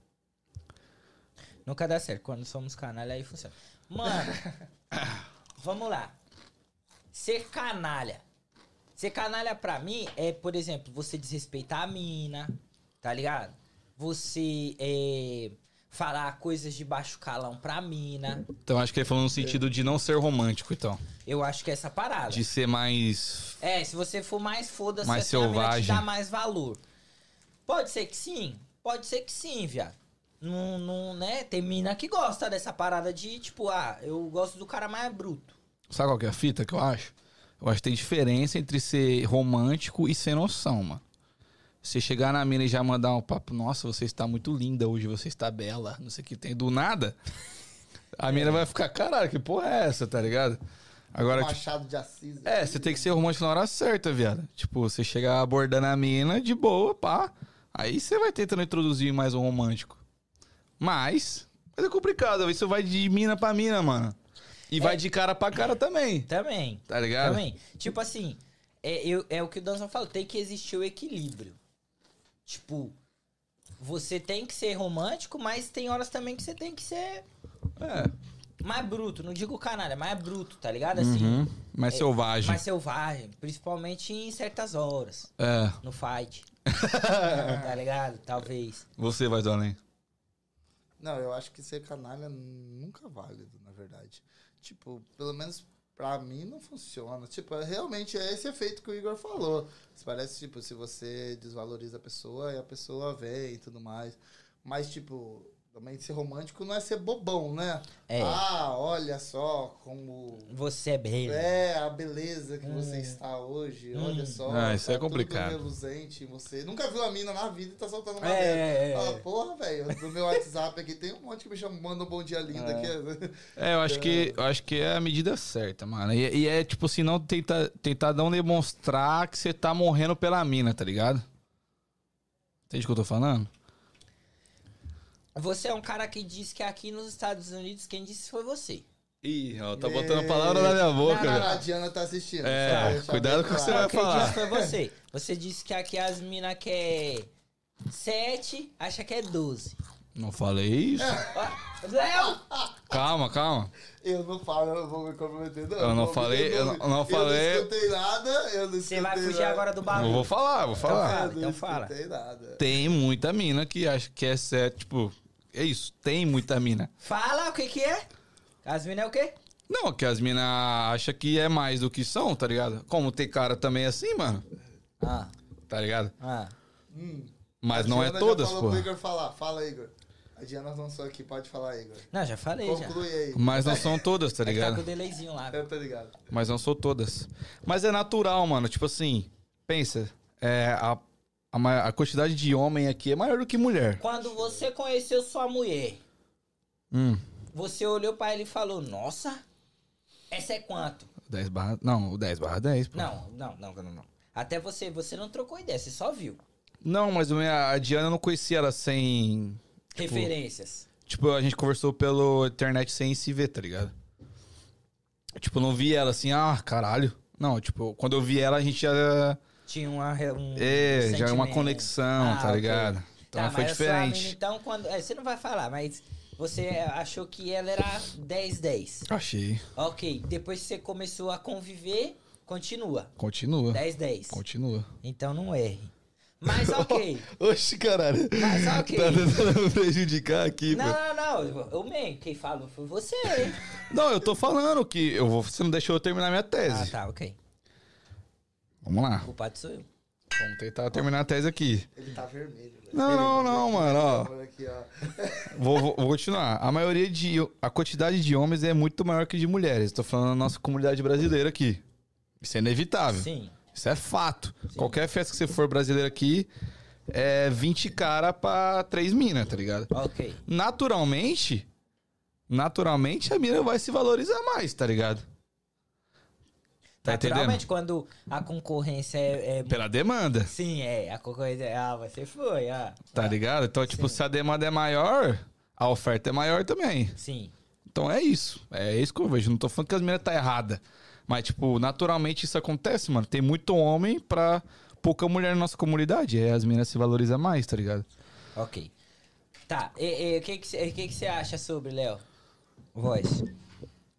Nunca dá certo. Quando somos canalha, aí funciona. Mano, vamos lá. Ser canalha. Ser canalha pra mim é, por exemplo, você desrespeitar a mina, tá ligado? Você é, falar coisas de baixo calão pra mina. Então acho que ele falou no sentido de não ser romântico, então. Eu acho que é essa parada. De ser mais. É, se você for mais foda-se, Mais assim, a mina te selvagem. dá mais valor. Pode ser que sim, pode ser que sim, viado. Não, não, né? Tem mina que gosta dessa parada de, tipo, ah, eu gosto do cara mais bruto. Sabe qual que é a fita que eu acho? Eu acho que tem diferença entre ser romântico e sem noção, mano. Você chegar na mina e já mandar um papo, nossa, você está muito linda hoje, você está bela, não sei o que tem, do nada, a mina vai ficar, caralho, que porra é essa, tá ligado? Agora, tipo, Machado de Assis. É, você tem que ser romântico na hora certa, viado. Tipo, você chegar abordando a mina de boa, pá. Aí você vai tentando introduzir mais um romântico. Mas, mas é complicado, isso vai de mina pra mina, mano. E vai de cara pra cara também, Também. tá ligado? Também. Tipo assim, é, eu- é o que o Danson falou, tem que existir o equilíbrio. Tipo, você tem que ser romântico, mas tem horas também que você tem que ser É. mais bruto. Não digo canalha, mais bruto, tá ligado? Assim, Uhum. Mais selvagem. mais selvagem. Principalmente em certas horas. É. No fight. tá ligado? Talvez. Você vai do além. Não, eu acho que ser canalha nunca é válido, na verdade. Tipo, pelo menos pra mim não funciona. Tipo, é- realmente é esse efeito que o Igor falou. Se Parece, tipo, se você desvaloriza a pessoa e a pessoa vem e tudo mais. Mas, tipo, também ser romântico não é ser bobão, né? É. Ah, olha só como. Você é belo. É, a beleza que você Hum. está hoje, Hum. olha só. Ah, isso é tá tudo complicado. reluzente, você nunca viu a mina na vida e tá soltando uma É, dessa. é, é. Ah, porra, velho. No meu WhatsApp aqui tem um monte que me chama, manda um bom dia lindo aqui. É, eu acho que, eu acho que é a medida certa, mano. E, e é tipo assim, não tentar, tentar não demonstrar que você tá morrendo pela mina, tá ligado? Entende o que eu tô falando? Você é um cara que diz que aqui nos Estados Unidos quem disse foi você. Ih, ó, tá botando palavra na minha Não, não, não, a Diana tá assistindo. É, só pra deixar cuidado bem com o que você claro. vai Quem falar. disse foi você. Você disse que aqui as mina quer 7, acha que é 12. Não falei isso. Ó, Léo! Calma, calma. Eu não falo, eu não vou me comprometer, não. Eu não vou falei, me eu não- eu não Eu falei. não escutei nada, eu é. não escutei Você vai fugir nada. agora do Eu vou bagulho. falar, vou falar. fala, Eu então não fala. escutei nada. Tem muita mina que acha que é certo, tipo, é isso, tem muita mina. Fala o que que é? As mina é o quê? Não, que as minas acham que é mais do que são, tá ligado? Como tem cara também assim, mano, Ah, tá ligado? ah. Hum. Mas A não é Diana já todas, falou pô. pro Igor falar. Fala, Igor. A Diana lançou aqui, pode falar, Igor. Não, já falei já. Conclui aí. Mas não são todas, tá É que tá com ligado? o delayzinho lá. Eu tô ligado. Mas não são todas. Mas é natural, mano. Tipo assim, pensa, é, a, a, ma- a quantidade de homem aqui é maior do que mulher. Quando você conheceu sua mulher, Hum, você olhou pra ele e falou, nossa, essa é quanto? 10 barra. Não, o 10 barra 10, pô. Não, não, não, não, não. Até você, você não trocou ideia, você só viu. Não, mas o meu- a Diana eu não conhecia ela sem. Tipo, Referências. Tipo, a gente conversou pela internet sem se ver, tá ligado? Tipo, eu não vi ela assim, ah, caralho. Não, tipo, quando eu vi ela, a gente já. Tinha uma, re- um É, já é uma sentimento. conexão, Ah, tá ok. ligado? Então Tá, foi mas a sua mina, diferente. então, quando. é, você não vai falar, mas você achou que ela era 10-10. Achei. Ok, depois que você começou a conviver, continua. Continua. 10-10. Continua. Então não erre. Mas ok. Oxe, caralho. Mas Ah, ok. Tá tentando prejudicar aqui, não, pô. não, não. Eu, eu mesmo, quem falou foi você. hein? Não, eu tô falando que eu vou, você não deixou eu terminar minha ah, tese. tá, ok. Vamos O lá. culpado sou eu. Vamos tentar terminar a tese aqui. Ele tá vermelho, velho. Não, não, não, mano, ó. Olha aqui, ó. Vou, vou- vou continuar. A maioria de. A quantidade de homens é muito maior que de mulheres. Tô falando da nossa comunidade brasileira aqui. Isso é inevitável. Sim. Isso é fato. Qualquer festa que você for brasileira aqui, é 20 cara pra 3 minas, tá ligado? Ok. Naturalmente. Naturalmente a mina vai se valorizar mais, tá ligado? Tá Naturalmente, entendendo? quando a concorrência é. é- Pela demanda, Sim, é. A concorrência é. Ah, você foi, ah. tá ligado? Então, tipo, se a demanda é maior, a oferta é maior também. Sim. Então é isso. É isso que eu vejo. Não tô falando que as meninas tá errada. Mas, tipo, naturalmente isso acontece, mano. Tem muito homem pra pouca mulher na nossa comunidade. É, as meninas se valorizam mais, tá ligado? Ok. Tá, e- e, o que que você que que cê acha sobre, Léo? Voz.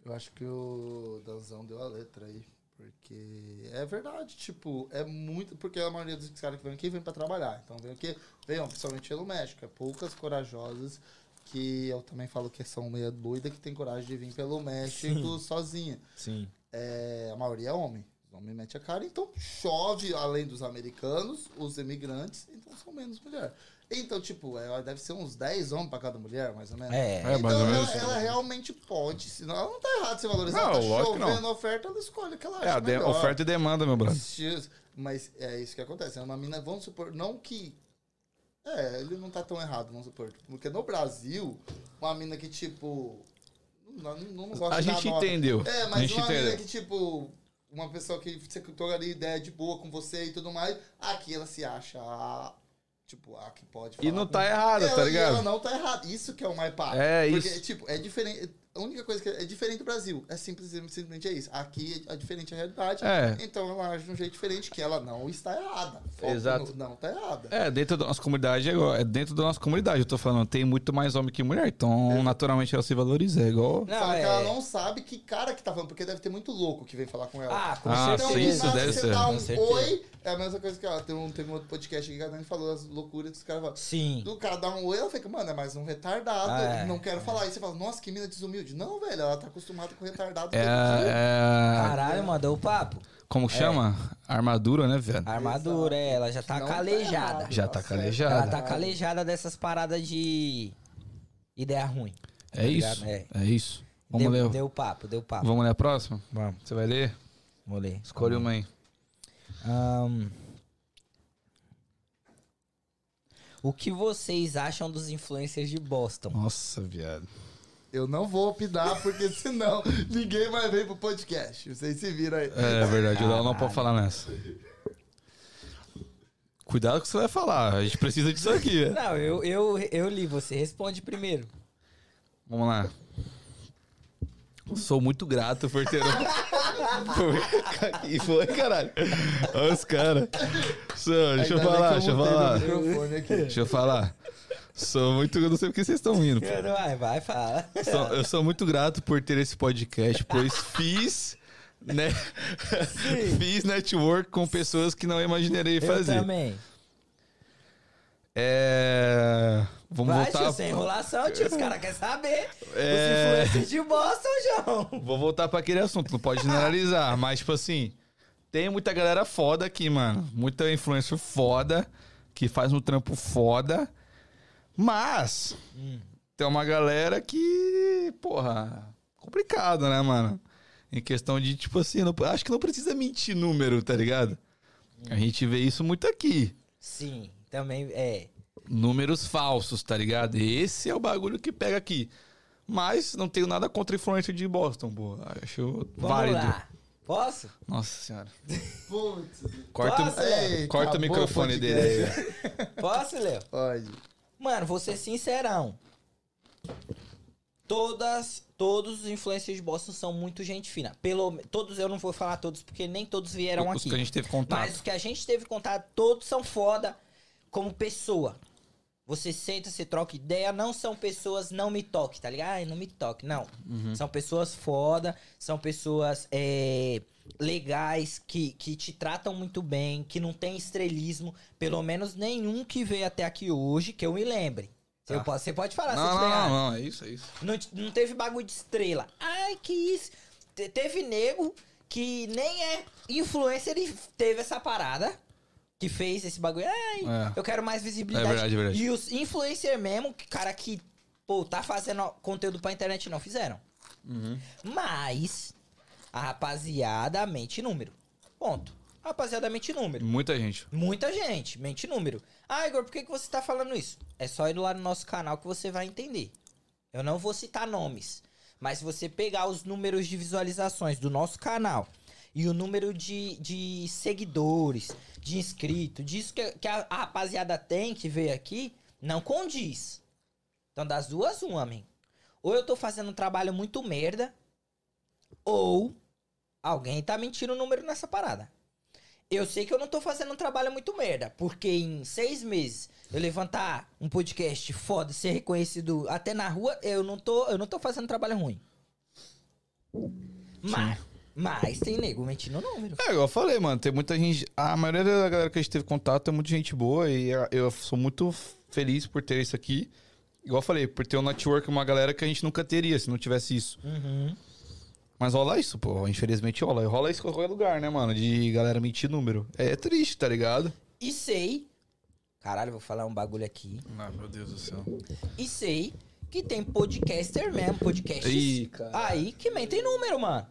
Eu acho que o Danzão deu a letra aí. Porque é verdade, tipo, é muito. Porque a maioria dos caras que vem aqui vem pra trabalhar. Então vem aqui, venham, principalmente pelo México. É poucas corajosas que eu também falo que são meia doida que tem coragem de vir pelo México sozinha. Sim. É, a maioria é homem. Os homens metem a cara, então chove, além dos americanos, os imigrantes, então são menos mulher. Então, tipo, é, deve ser uns 10 homens pra cada mulher, mais ou menos. É. É, mais ou então, menos. ela, ela realmente pode, senão ela não tá errada de se valorizar. Não, tá lógico que não. chovendo a oferta, ela escolhe o que ela acha É, a de- melhor. oferta e demanda, meu brother. X, Mas é isso que acontece. É uma mina, vamos supor, não que. É, ele não tá tão errado, vamos supor. Porque no Brasil, uma mina que, tipo. Não, não, não gosta A de dar gente nota. entendeu. É, a mas gente uma mina entendeu. que, tipo, uma pessoa que você trocaria ideia de boa com você e tudo mais, aqui ela se acha a, Tipo, a que pode E não com- tá errado, tá Ela- e ligado? Ela não tá errada. Isso que é o mais pá. É Porque, isso. tipo, é diferente. A única coisa que é é diferente do Brasil. É simples, simplesmente é isso. Aqui é diferente a realidade. É. Então ela age de um jeito diferente, que ela não está errada. Foco Exato. no não tá errada. É, dentro da nossa comunidade é igual. É dentro da nossa comunidade, eu tô falando. Tem muito mais homem que mulher. Então, naturalmente, ela se valoriza. É igual. Não, Só que é- ela É. não sabe que cara que tá falando, porque deve ter muito louco que vem falar com ela. Ah, com Ah, Então, certeza. sim, isso na hora deve que ser, Você dá com um certeza. oi, é a mesma coisa que ela. Tem um, teve um outro podcast aqui que a Dani falou as loucuras dos caras falam. Sim. Do cara dá um oi, ela fica, mano, é mais um retardado, Ah, é, não quero falar. Aí você fala, nossa, que mina desumilde. Não, velho, ela tá acostumada com retardado É, todo dia. é. Caralho, mandou o papo. Ah, é. Como que chama? Armadura, né, velho? A armadura, é, ela já tá Não tá calejada. errado. Já tá Nossa, é. ela calejada. tá calejada dessas paradas de ideia ruim. tá É isso. ligado? É. É isso. Vamos deu, ler. deu papo, deu papo. Vamos ler a próxima? Vamos. Você vai ler? Vou ler. Escolhe um. uma aí. Ahn, o que vocês acham dos influencers de Boston? Nossa, viado. Eu não vou opinar, porque senão ninguém vai vir pro podcast. Vocês se viram aí. É verdade, o Léo não pode falar nessa. Cuidado com o que você vai falar. A gente precisa disso aqui. né? Não, eu, eu, eu li, você responde primeiro. Vamos lá. Sou muito grato por ter. um- Por- E foi, caralho. Olha os caras. Sou- Deixa eu Ainda bem falar, deixa que né? eu mutei meu falar. microfone aqui. Deixa eu falar. Sou muito. Eu não sei por que vocês estão rindo. pô. Vai, vai, fala. Sou- eu sou muito grato por ter esse podcast, pois fiz. Né? fiz network com pessoas que não imaginarei Eu fazer. também. É. Vamos vai, voltar. tio, sem enrolação, tio, os caras querem saber. É. Os influencers de Boston, João. Vou voltar pra aquele assunto, não pode generalizar, mas tipo assim, tem muita galera foda aqui, mano. Muita influencer foda, que faz um trampo foda, mas tem uma galera que, porra, complicado, né, mano? Em questão de, tipo assim, não- acho que não precisa mentir número, tá ligado? A gente vê isso muito aqui. Sim, também, é. Números falsos, tá ligado? Esse é o bagulho que pega aqui. Mas não tenho nada contra influencer de Boston, pô. Acho Vamos válido. lá. Posso? Nossa senhora. Putz. Corta, o- É, Nossa, Ei, corta acabou o microfone podcast. dele aí. Posso, Léo? Pode. Mano, vou ser sincerão. Todas, todos os influencers de Boston são muito gente fina. Pelo, me- todos, eu não vou falar todos, porque nem todos vieram Os aqui. que a gente teve contato. Mas os que a gente teve contato, todos são foda como pessoa. Você senta, você troca ideia, não são pessoas não me toque, tá ligado? Ai, não me toque, não. Uhum. São pessoas foda, são pessoas é, legais, que, que te tratam muito bem, que não tem estrelismo, pelo menos nenhum que veio até aqui hoje, que eu me lembre. Tá. Eu posso- você pode falar, se Não, tiver. não, não, é isso, é isso. Não, t- não teve bagulho de estrela. Ai, que isso. Te- teve nego que nem é influencer e teve essa parada. Que fez esse bagulho. Ai, É. eu quero mais visibilidade. É verdade, é verdade. E os influencer mesmo, que cara que, pô, tá fazendo conteúdo pra internet, não fizeram. Uhum. Mas, a rapaziada mente número. Ponto. A rapaziada mente número. Uhum. Muita gente. Muita gente, mente número. Ah, Igor, por que, que você tá falando isso? É só ir lá no nosso canal que você vai entender. Eu não vou citar nomes, mas se você pegar os números de visualizações do nosso canal e o número de, de seguidores, de inscritos, disso que, que a, a rapaziada tem que veio aqui, não condiz. Então, das duas, um, homem. Ou eu tô fazendo um trabalho muito merda, ou alguém tá mentindo o número nessa parada. Eu sei que eu não tô fazendo um trabalho muito merda, porque em seis meses eu levantar um podcast foda, ser reconhecido até na rua, eu não tô, eu não tô fazendo trabalho ruim. Mas, mas tem nego mentindo o número. É, igual eu falei, mano, tem muita gente. A maioria da galera que a gente teve contato é muita gente boa e eu- eu sou muito feliz por ter isso aqui. Igual eu falei, por ter um network, uma galera que a gente nunca teria se não tivesse isso. Uhum. Mas rola isso, pô. Infelizmente rola. Rola isso em qualquer lugar, né, mano? De galera mentir número. É triste, tá ligado? E sei. Caralho, vou falar um bagulho aqui. Ah, meu Deus do céu. E sei que tem podcaster mesmo, podcasts Ih, cara. aí que mentem número, mano.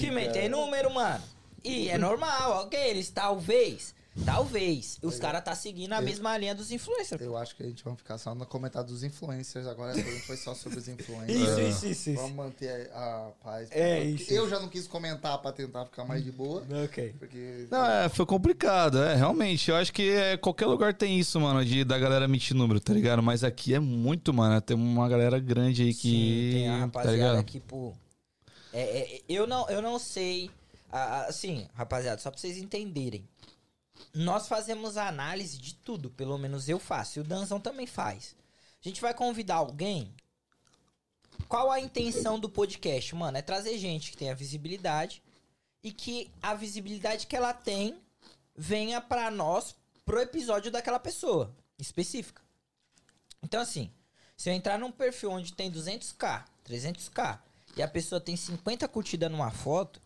que mentem número, mano. E é normal, ok? Eles talvez Talvez. Os caras tá seguindo a mesma linha dos influencers. Eu acho que a gente vai ficar só no comentário dos influencers. Agora não foi só sobre os influencers. Isso, É. isso, isso, isso. Vamos manter a, a paz. É Eu- isso. Eu já não quis comentar pra tentar ficar mais de boa. Ok. Porque. Não, é, foi complicado, é, realmente. Eu acho que é, qualquer lugar tem isso, mano, de da galera mentir número, tá ligado? Mas aqui é muito, mano. Tem uma galera grande aí que. Sim, tem a tá rapaziada ligado? aqui, pô. É, é, é, eu, não, eu não sei. a- a- Assim, rapaziada, só pra vocês entenderem. Nós fazemos análise de tudo, pelo menos eu faço. E o Danzão também faz. A gente vai convidar alguém. Qual a intenção do podcast, mano? É trazer gente que tenha visibilidade e que a visibilidade que ela tem venha pra nós pro episódio daquela pessoa específica. Então, assim, se eu entrar num perfil onde tem 200k, 300k, e a pessoa tem 50 curtidas numa foto,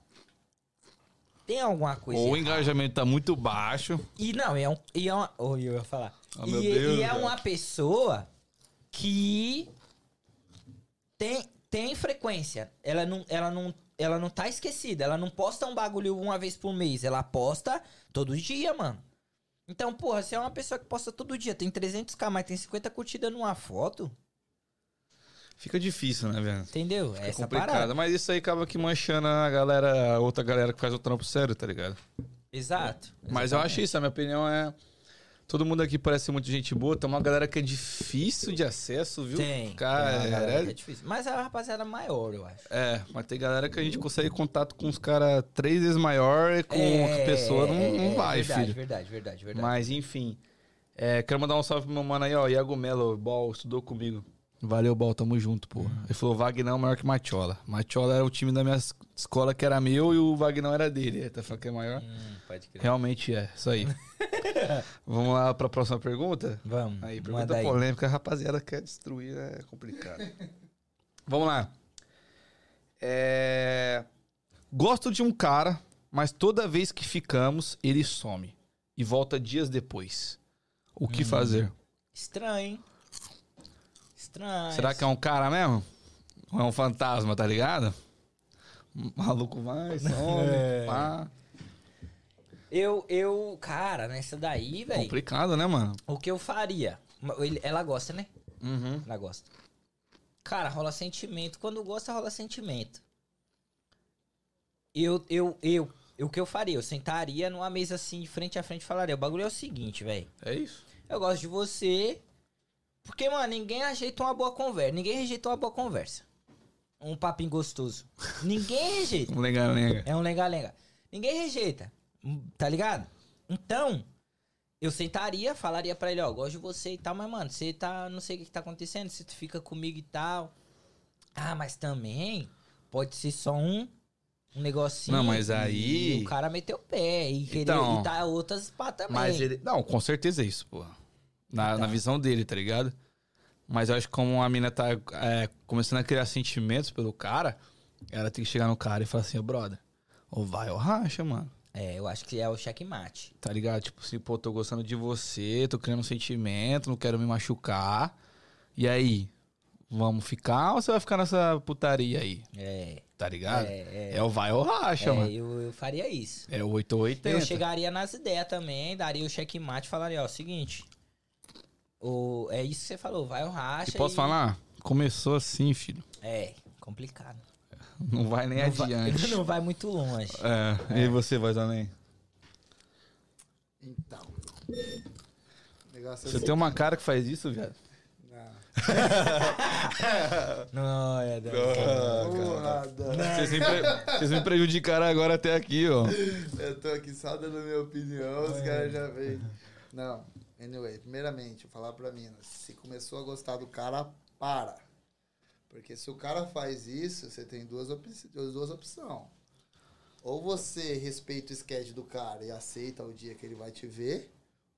tem alguma coisa. Ou o errada. engajamento tá muito baixo. E não, e é um. E é uma, oh, eu ia falar. Ah, e, meu Deus, e é cara. uma pessoa que tem, tem frequência. Ela não, ela, não, ela não tá esquecida. Ela não posta um bagulho uma vez por mês. Ela posta todo dia, mano. Então, porra, se é uma pessoa que posta todo dia, tem 300k, mas tem 50 curtidas numa foto, Fica difícil, né, velho? entendeu? É É Essa complicado. parada. Mas isso aí acaba que manchando a galera, a outra galera que faz o trampo sério, tá ligado? Exato. Mas eu acho isso, a minha opinião é. Todo mundo aqui parece muito gente boa, tem uma galera que é difícil de acesso, viu? Tem. Cara, tem uma galera que é difícil. Mas é uma rapaziada maior, eu acho. É, mas tem galera que a gente consegue contato com os caras três vezes maior e com É, a pessoa não, não é, vai, verdade, filho. Verdade, verdade, verdade. Mas enfim. É, quero mandar um salve pro meu mano aí, ó. Iago Melo, Ball, estudou comigo. Valeu, Ball, tamo junto, pô. Ele falou, Vagnão é maior que Machola. Machola era o time da minha es- escola que era meu e o Vagnão era dele. Ele Tá falando que é maior? Hum, pode crer. Realmente é, isso aí. Vamos lá pra próxima pergunta? Vamos. Aí, pergunta manda aí. polêmica, a rapaziada quer destruir, é complicado. Vamos lá. É, Gosto de um cara, mas toda vez que ficamos, ele some e volta dias depois. O que fazer? Estranho, hein? Estranho. Será que é um cara mesmo? Ou é um fantasma, tá ligado? O Maluco vai, some, pá. Eu, eu, cara, nessa daí, velho, Complicado, né, mano? o que eu faria? Ma- ele- Ela gosta, né? Uhum. Ela gosta. Cara, rola sentimento. Quando gosta, rola sentimento. Eu, eu, eu, eu, o que eu faria? Eu sentaria numa mesa assim, de frente a frente, e falaria: o bagulho é o seguinte, velho. É isso. Eu gosto de você. Porque, mano, ninguém ajeita uma boa conversa. Ninguém rejeita uma boa conversa. Um papinho gostoso. Ninguém rejeita. Um lenga-lenga. É um lenga-lenga. Ninguém rejeita, hum, tá ligado? Então, eu sentaria, falaria pra ele, ó, gosto de você e tal, mas, mano, você tá, não sei o que, que tá acontecendo, se tu fica comigo e tal. Ah, mas também pode ser só um, um negocinho. Não, mas e aí- o cara meteu o pé e querer Então. e tá outras patas também. Então. Mas ele. Não, com certeza é isso, pô. Na, na visão dele, tá ligado? Mas eu acho que como a mina tá é, começando a criar sentimentos pelo cara, ela tem que chegar no cara e falar assim, ô brother, ou vai ou racha, mano. É, eu acho que é o checkmate. Tá ligado? Tipo assim, pô, tô gostando de você, tô criando um sentimento, não quero me machucar. E aí, vamos ficar ou você vai ficar nessa putaria aí? É, Tá ligado? É, é, é. o vai ou racha, é, mano. eu, eu faria isso. É o 8 ou Eu 80. chegaria nas ideias também, daria o checkmate e falaria, ó, seguinte. O, é isso que você falou, vai o racha. E posso falar? Começou assim, filho. É, complicado. Não vai nem não, vai, adiante. não vai muito longe. É, e você, voz além? Então. O negócio é né? Você tem uma cara que faz isso, viado? Ah, Não. Não, é, não. Ah. Porra, Dan. Vocês me, pre- vocês me prejudicaram agora até aqui, ó. Eu tô aqui só dando minha opinião, É. os caras já veem. Não, anyway, primeiramente, vou falar pra mina, se começou a gostar do cara, para. Porque se o cara faz isso, você tem duas, opi duas opções. Ou você respeita o sketch do cara e aceita o dia que ele vai te ver,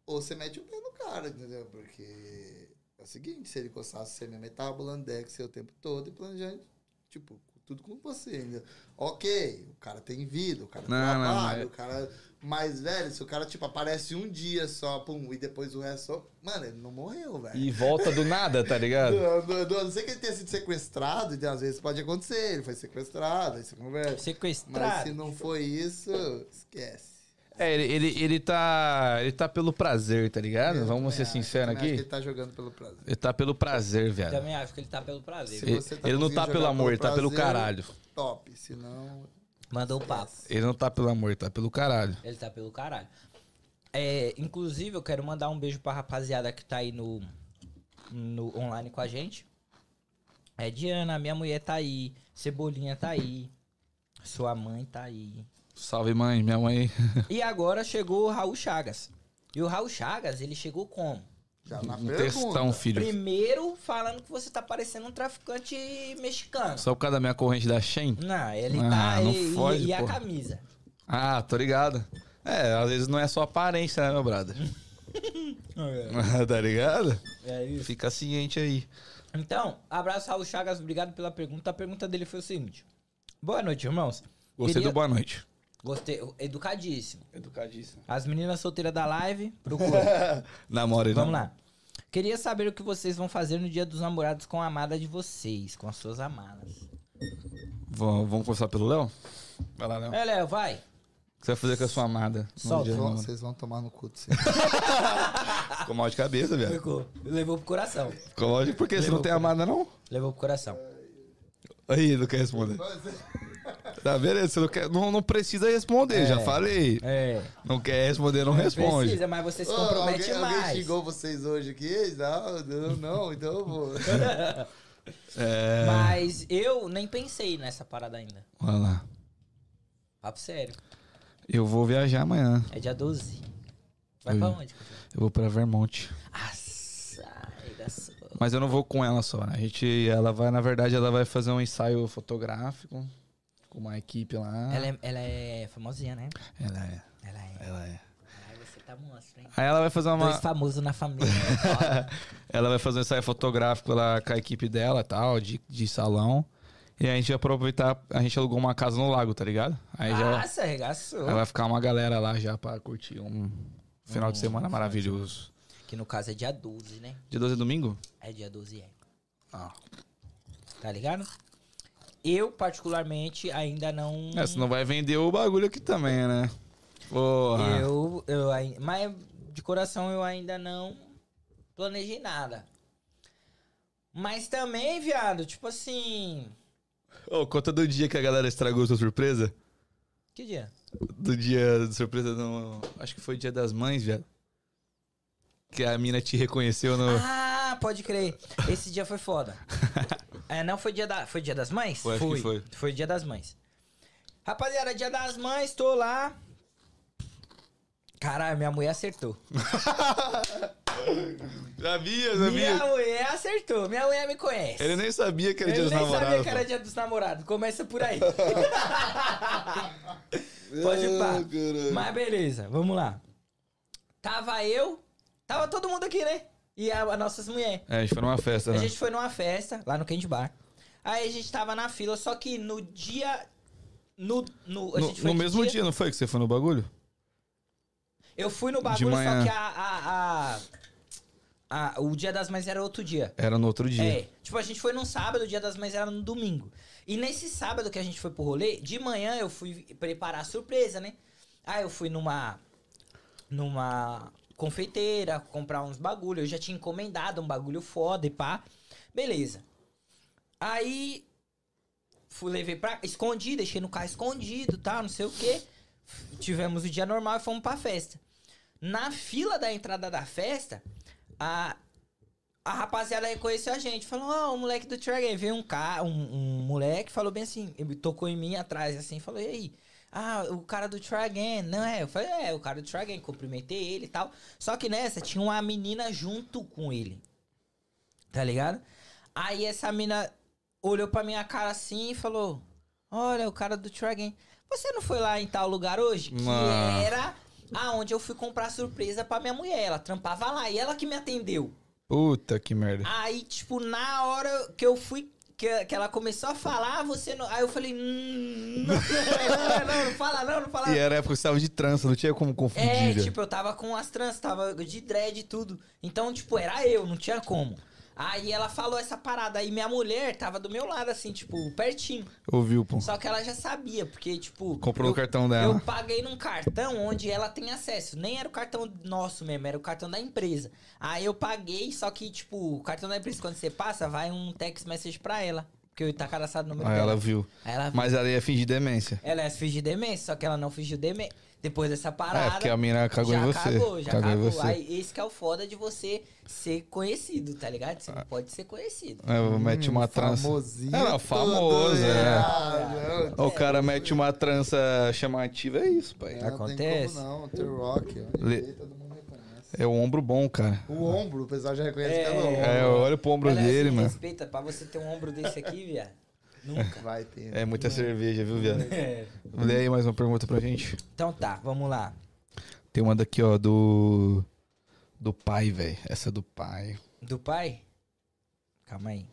ou você mete o pé no cara, entendeu? Porque é o seguinte, se ele gostasse, você mesmo, ele tava bolando deck seu tempo todo e planejando, tipo, tudo com você, entendeu? Ok, o cara tem vida, o cara Não, não, trabalha, mas- o cara... Mas, velho, se o cara, tipo, aparece um dia só, pum, e depois o resto só... Mano, ele não morreu, velho. E volta do nada, tá ligado? Não, não, não, a não sei que ele tenha sido sequestrado, e às vezes pode acontecer, ele foi sequestrado, aí você conversa. Mas se Sequestrado. não foi isso, esquece. É, ele, ele, ele tá. Ele tá pelo prazer, tá ligado? Eu Vamos também ser acho, sinceros eu também acho que aqui. Ele tá jogando pelo prazer. Ele tá pelo prazer, velho. Também acho que ele tá pelo prazer. Se Ele, você tá ele não tá conseguindo pelo jogar amor, pelo ele tá pelo prazer, caralho. Top, senão. Mandou um papo. Ele não tá pelo amor, ele tá pelo caralho. Ele tá pelo caralho. É, inclusive, eu quero mandar um beijo pra rapaziada que tá aí no, no online com a gente. É Diana, minha mulher tá aí. Cebolinha tá aí. Sua mãe tá aí. Salve, mãe, minha mãe. E agora chegou o Raul Chagas. E o Raul Chagas, ele chegou como? Já na Um pergunta. textão, filho. Primeiro falando que você tá parecendo um traficante mexicano. Só por causa da minha corrente da Shen? Não, ele Ah, tá. não ele- fode, e, e a porra. camisa. Ah, tô ligado. É, às vezes não é só aparência, né, meu brother? tá ligado? É isso. Fica ciente aí. Então, abraço Raul Chagas, obrigado pela pergunta. A pergunta dele foi o seguinte: Boa noite, irmãos. Gostei Queria- do boa noite. Gostei, educadíssimo. Educadíssimo. As meninas solteiras da live, procura. Namora, então? Vamos lá. Queria saber o que vocês vão fazer no dia dos namorados com a amada de vocês, com as suas amadas. Vamos, vamos começar pelo Léo? Vai lá, Léo. É, Léo, vai. O que você vai fazer com a sua amada? no Solta. dia do Vão- namoro? Vocês vão tomar no cu de você. Ficou mal de cabeça, velho. Ficou. Levou pro coração. Ficou mal de... Por que você não tem amada, não? Levou pro coração. Aí, não quer responder. Tá, beleza, você não, quer... não, não precisa responder, já falei. É. Não quer responder, não responde. Precisa, mas você se Ô, compromete alguém, alguém mais. xingou vocês hoje aqui? Não, não, não então eu vou. É... Mas eu nem pensei nessa parada ainda. Olha lá. Papo sério. Eu vou viajar amanhã. É dia 12. Vai pra Hum. onde? Cadu? Eu vou pra Vermont. Ah, sai da sua. Mas eu não vou com ela só. né? A gente, ela vai, na verdade, ela vai fazer um ensaio fotográfico com uma equipe lá. Ela é, ela é famosinha, né? Ela é. Ela é. Ela é. Ai, você tá monstro, hein? Aí ela vai fazer Dois uma. famosos na família. ela vai fazer um ensaio fotográfico lá com a equipe dela e tal, de, de salão. E a gente vai aproveitar. A gente alugou uma casa no lago, tá ligado? Aí já. Nossa, arregaçou. Aí vai ficar uma galera lá já pra curtir um final de semana maravilhoso. Que no caso é dia 12, né? Dia 12 é domingo? É dia 12, é. Ah. Tá ligado? Eu, particularmente, ainda não. É, você não vai vender o bagulho aqui também, né? Porra. Eu, eu ai- mas de coração eu ainda não planejei nada. Mas também, viado, tipo assim. Ô, conta do dia que a galera estragou sua surpresa. Que dia? Do dia de surpresa no. Acho que foi dia das mães, velho. Que a mina te reconheceu no. Ah, pode crer. Esse dia foi foda. É, não foi dia da, foi dia das mães? Foi, acho que foi. Foi dia das mães. Rapaziada, dia das mães, tô lá. Caralho, minha mulher acertou. Sabia, Minha mulher acertou. Minha mulher me conhece. Ele nem sabia que era dia Ele dos nem sabia namorados. que era dia dos namorados. Começa por aí. Pode ir Ah, pá. Mas beleza, vamos lá. Tava eu, tava todo mundo aqui, né? E a, as nossas mulheres. É, a gente foi numa festa, né? A gente foi numa festa lá no Candy Bar. Aí a gente tava na fila, só que no dia. No, no, a No, gente foi no de mesmo dia. não foi que você foi no bagulho? Eu fui no bagulho, manhã. só que a, a, a- a- O dia das mães era outro dia. Era no outro dia. É, tipo, a gente foi num sábado, o dia das mães era no domingo. E nesse sábado que a gente foi pro rolê, de manhã eu fui preparar a surpresa, né? Aí eu fui numa. numa confeiteira, comprar uns bagulho. Eu já tinha encomendado um bagulho foda e pá. Beleza. Aí. Fui levei pra. Escondi, deixei no carro escondido e tal, não sei o quê. Tivemos o dia normal e fomos pra festa. Na fila da entrada da festa, a, a rapaziada reconheceu a gente. Falou, ó, o moleque do Trigger. Aí Veio um cara, um, um moleque, falou bem assim, ele tocou em mim atrás, assim, falou, e aí? Ah, o cara do Try Again, não é? Eu falei, é, o cara do Try Again, cumprimentei ele e tal. Só que nessa tinha uma menina junto com ele. Tá ligado? Aí essa mina olhou pra minha cara assim e falou: Olha, o cara do Try Again, você não foi lá em tal lugar hoje? Ah. Que era aonde eu fui comprar surpresa pra minha mulher. Ela trampava lá e ela que me atendeu. Puta que merda. Aí, tipo, na hora que eu fui. Que, que ela começou a falar, você não. Aí eu falei. "Hum, Não, não, não, não fala, não, não fala. E era a época que você tava de trança, não tinha como confundir. né? É, velho. tipo, eu tava com as tranças, tava de dread e tudo. Então, tipo, era eu, não tinha como. Aí ela falou essa parada. Aí minha mulher tava do meu lado, assim, tipo, pertinho. Ouviu, pô. Só que ela já sabia, porque, tipo. Comprou eu, o cartão Eu dela. paguei num cartão onde ela tem acesso. Nem era o cartão nosso mesmo, era o cartão da empresa. Aí eu paguei, só que, tipo, o cartão da empresa, quando você passa, vai um text message pra ela. Porque eu Ah, tá cadastrado no meu Aí ela viu. Aí ela, Mas ela ia fingir demência. ela ia fingir demência, só que ela não fingiu demência. Depois dessa parada. é, porque a mina cagou já em você. cagou, já Cagou cagou. em você. Aí, esse que é o foda de você ser conhecido, tá ligado? Você não pode ser conhecido. É, Hum, mete uma trança. Famosinho. É, não, famoso, todo, é. Ah, não, O cara mete uma trança chamativa, é isso, pai. não Acontece. Tem como não, The Rock. ó, Le- ele- Todo mundo reconhece. É o ombro bom, cara. O ombro, o pessoal já reconhece É. pelo ombro. É, olha pro ombro Ela, dele, assim, mano. Respeita, pra você ter um ombro desse aqui, viado. Nunca. Vai ter. É muita cerveja, viu, viado? É. Lê aí mais uma pergunta pra gente. Então tá, vamos lá. Tem uma daqui, ó, do. Do pai, velho. Essa é do pai. Do pai? Calma aí.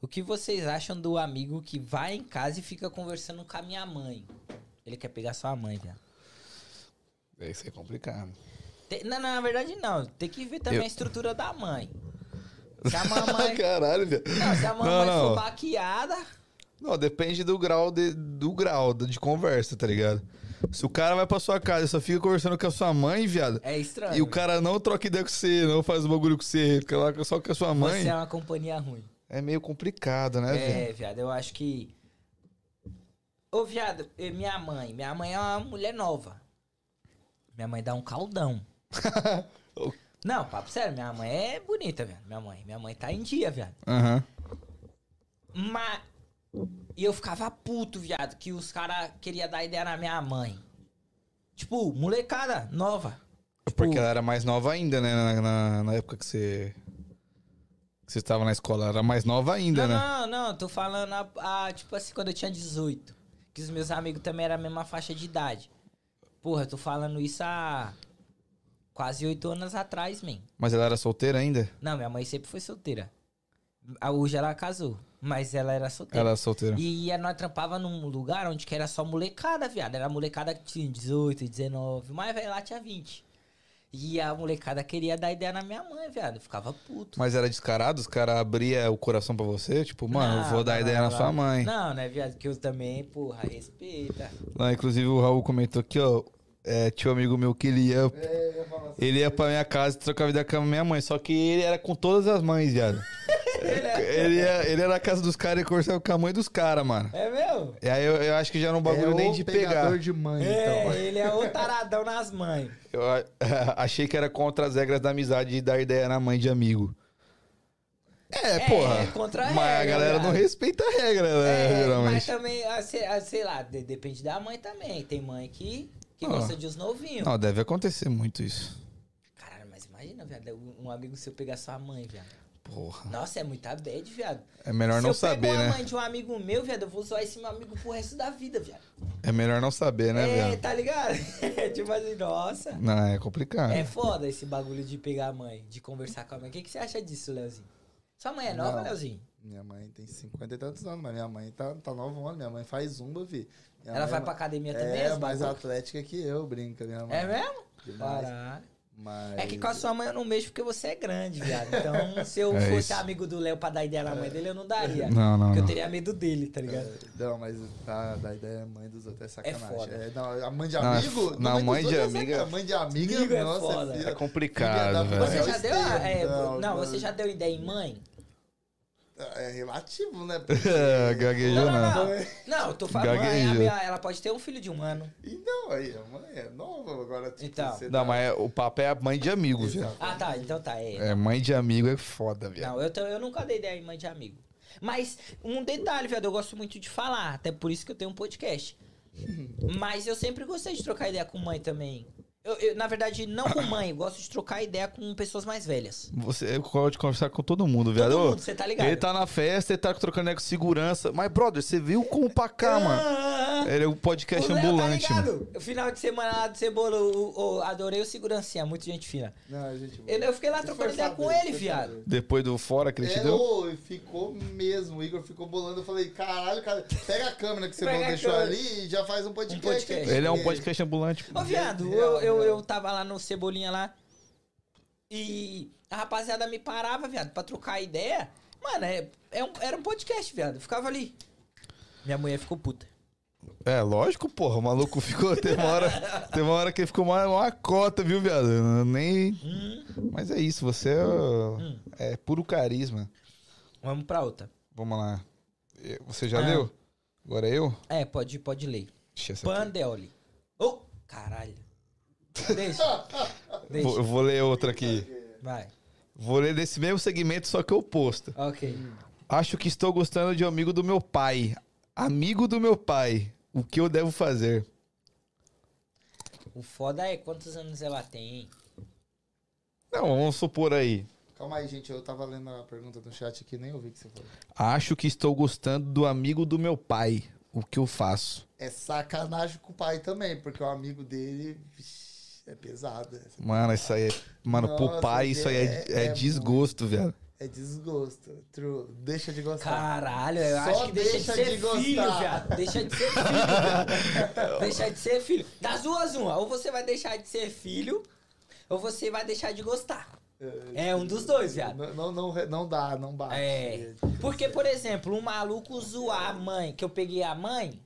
O que vocês acham do amigo que vai em casa e fica conversando com a minha mãe? Ele quer pegar sua mãe, viado. É, Isso é complicado. Tem- não, não, na verdade não. Tem que ver também Eu- a estrutura da mãe. Se a mamãe. Caralho, velho. não, se a mamãe não. for baqueada. Não, depende do grau de, do grau de de conversa, tá ligado? Se o cara vai pra sua casa e só fica conversando com a sua mãe, viado, É estranho. e o cara não troca ideia com você, não faz o bagulho com você, fica lá só com a sua mãe, Você é uma companhia ruim. é meio complicado, né, É, velho? viado, eu acho que. Ô, viado, eh, minha mãe. Minha mãe é uma mulher nova. Minha mãe dá um caldão. Ô. Não, papo sério, minha mãe é bonita, viado. Minha mãe. Minha mãe tá em dia, viado. Aham. Tipo Mas. E eu ficava puto, viado, que os caras queriam dar ideia na minha mãe. Tipo, molecada nova. Porque ela era mais nova ainda, né? Na, na- na época que você. Que você estava na escola, ela era mais nova ainda, Não, né? não, não, tô falando, a, a- tipo assim, quando eu tinha 18. Que os meus amigos também eram a mesma faixa de idade. Porra, eu tô falando isso há quase oito anos atrás, man. Mas ela era solteira ainda? Não, minha mãe sempre foi solteira. Ah, Hoje ela casou, mas ela era solteira. Ela era solteira. E ia- nós trampava num lugar onde que era só molecada, viado. Era molecada que tinha 18, 19, mas velho lá tinha 20. E a molecada queria dar ideia na minha mãe, viado. Eu ficava puto. Mas era descarado, os caras abriam o coração pra você, tipo, mano, eu Não, vou dar Ah, não, ideia não, na não. sua mãe. Não, né, viado? Que eu também, porra, respeita. Lá, inclusive, o Raul comentou aqui, ó. É, tinha um amigo meu que ele ia. É, eu falo assim. Ele ia pra minha casa e trocava ideia com a minha mãe, só que ele era com todas as mães, viado. ele, ia- ele era na casa dos caras e conversava com a mãe dos caras, mano. É meu? E aí eu, eu acho que já não bagulho é nem o de pegador pegar. de mãe, então. É, ele é o taradão nas mães. Eu a- achei que era contra as regras da amizade e dar ideia na mãe de amigo. É, É, porra. é contra a Mas a regra, galera não viado. respeita a regra, né? É, mas geralmente. também, ah, sei, ah, sei lá, de- depende da mãe também. Tem mãe que, que Ah. gosta de uns novinhos. Não, deve acontecer muito isso. Caralho, mas imagina, viado, um um amigo seu pegar sua mãe, viado. Porra. Nossa, é muita bad, viado. É Ah. melhor Se não eu saber, pego a né? mãe de um amigo meu, viado, eu vou zoar esse meu amigo pro resto da vida, viado. É melhor não saber, né, É, viado? tá ligado? tipo assim, nossa. Não, é complicado. É foda esse bagulho de pegar a mãe, de conversar com a mãe. O que, que você acha disso, Leozinho? Sua mãe é nova, Não. Leozinho? Minha mãe tem 50 e tantos anos, mas minha mãe tá, tá nova anos. Minha mãe faz zumba, vi. Minha Ela mãe vai é pra ma- academia também? É, esse mais bagulho? atlética que eu, brinca, minha mãe. É mesmo? Demais. Caralho. Mas... É que com a sua mãe eu não mexo porque você é grande, viado. Então, se eu É fosse isso. amigo do Léo pra dar ideia na mãe dele, eu não daria. Não, não, Porque eu não. teria medo dele, tá ligado? É, Não, mas tá, da ideia mãe dos outros é sacanagem. foda. É, não, a mãe de Não, é amigo? f- não, dos mãe de outros é amiga- sacanagem. Mãe de amiga, Amigo é nossa, foda. filha- É filha da complicado, puta. velho. Você eu já deu. a- é, entendo, não, mas- você já deu ideia em mãe? É relativo, né? é, É, Não, Gaguejou, não, não. não. Não, eu tô falando. mãe, Gaguejou. a minha- ela pode ter um filho de um ano. Então, aí, a mãe é nova agora. Tipo, Então. você Não, tá- mas é- o papo é a mãe de amigo, Exato. viado. Ah, tá. Então tá. É. É, mãe de amigo é foda, viado. Não, eu, tô- eu nunca dei ideia em mãe de amigo. Mas um detalhe, viado, eu gosto muito de falar, até por isso que eu tenho um podcast. Mas eu sempre gostei de trocar ideia com mãe também. Eu, eu, na verdade, não com mãe, eu gosto de trocar ideia com pessoas mais velhas. Você pode conversar com todo mundo, viado. Todo Ô, mundo, você tá ligado? Ele tá na festa, ele tá trocando ideia com segurança. Mas, brother, você viu como pra cá, mano? Ah, Ele é um podcast o Léo ambulante, tá mano. ligado? O final de semana lá do Cebola, o- o- adorei o segurancinha, muito gente fina. Não, gente, Eu, eu fiquei lá Você é trocando foi ideia saber, com ele, foi viado. saber. Depois do fora que ele te É, deu. ô, e ficou mesmo, o Igor ficou bolando. Eu falei, caralho, cara, pega a câmera que você Pega não a deixou câmera. ali e já faz um podcast. Um é podcast. Ele é um podcast ambulante. Ô, viado, Real, eu, eu, real. eu tava lá no Cebolinha lá. E a rapaziada me parava, viado, pra trocar ideia. Mano, é, é um- era um podcast, viado. Eu ficava ali. Minha mulher ficou puta. É, lógico, porra. O maluco ficou. Teve uma hora, teve uma hora que ele ficou uma, uma cota, viu, viado? Eu Nem. Mas é isso, você é, é puro carisma. Vamos pra outra. Vamos lá. Eh, Você já Ah. leu? Agora eu? É, pode, pode ler. Ixi, essa aqui. Pandeoli. Oh, caralho. Deixa. Deixa. Vou- eu vou ler outra aqui. Vai. Vou ler desse mesmo segmento, só que oposto. Ok. Acho que estou gostando de um amigo do meu pai. Amigo do meu pai. O que eu devo fazer? O foda é quantos anos ela tem, hein? Não, vamos supor aí. Calma aí, gente. Eu tava lendo a pergunta do chat aqui, nem ouvi o que você falou. Acho que estou gostando do amigo do meu pai. O que eu faço? É sacanagem com o pai também, porque o amigo dele vixi, é pesado. é- Mano, isso aí é. Mano, pro Nossa, pai, isso aí é, é- é é desgosto, velho. É desgosto. True. Deixa de gostar. Caralho, eu Só acho que deixa, deixa de de ser gostar. filho, viado. Deixa de ser filho, viado. Deixa de ser filho. Das duas, uma. Ou você vai deixar de ser filho, ou você vai deixar de gostar. É um dos dois, viado. Não, não, não, re- não dá, não bate. É. Porque, por exemplo, um maluco zoar a mãe, que eu peguei a mãe,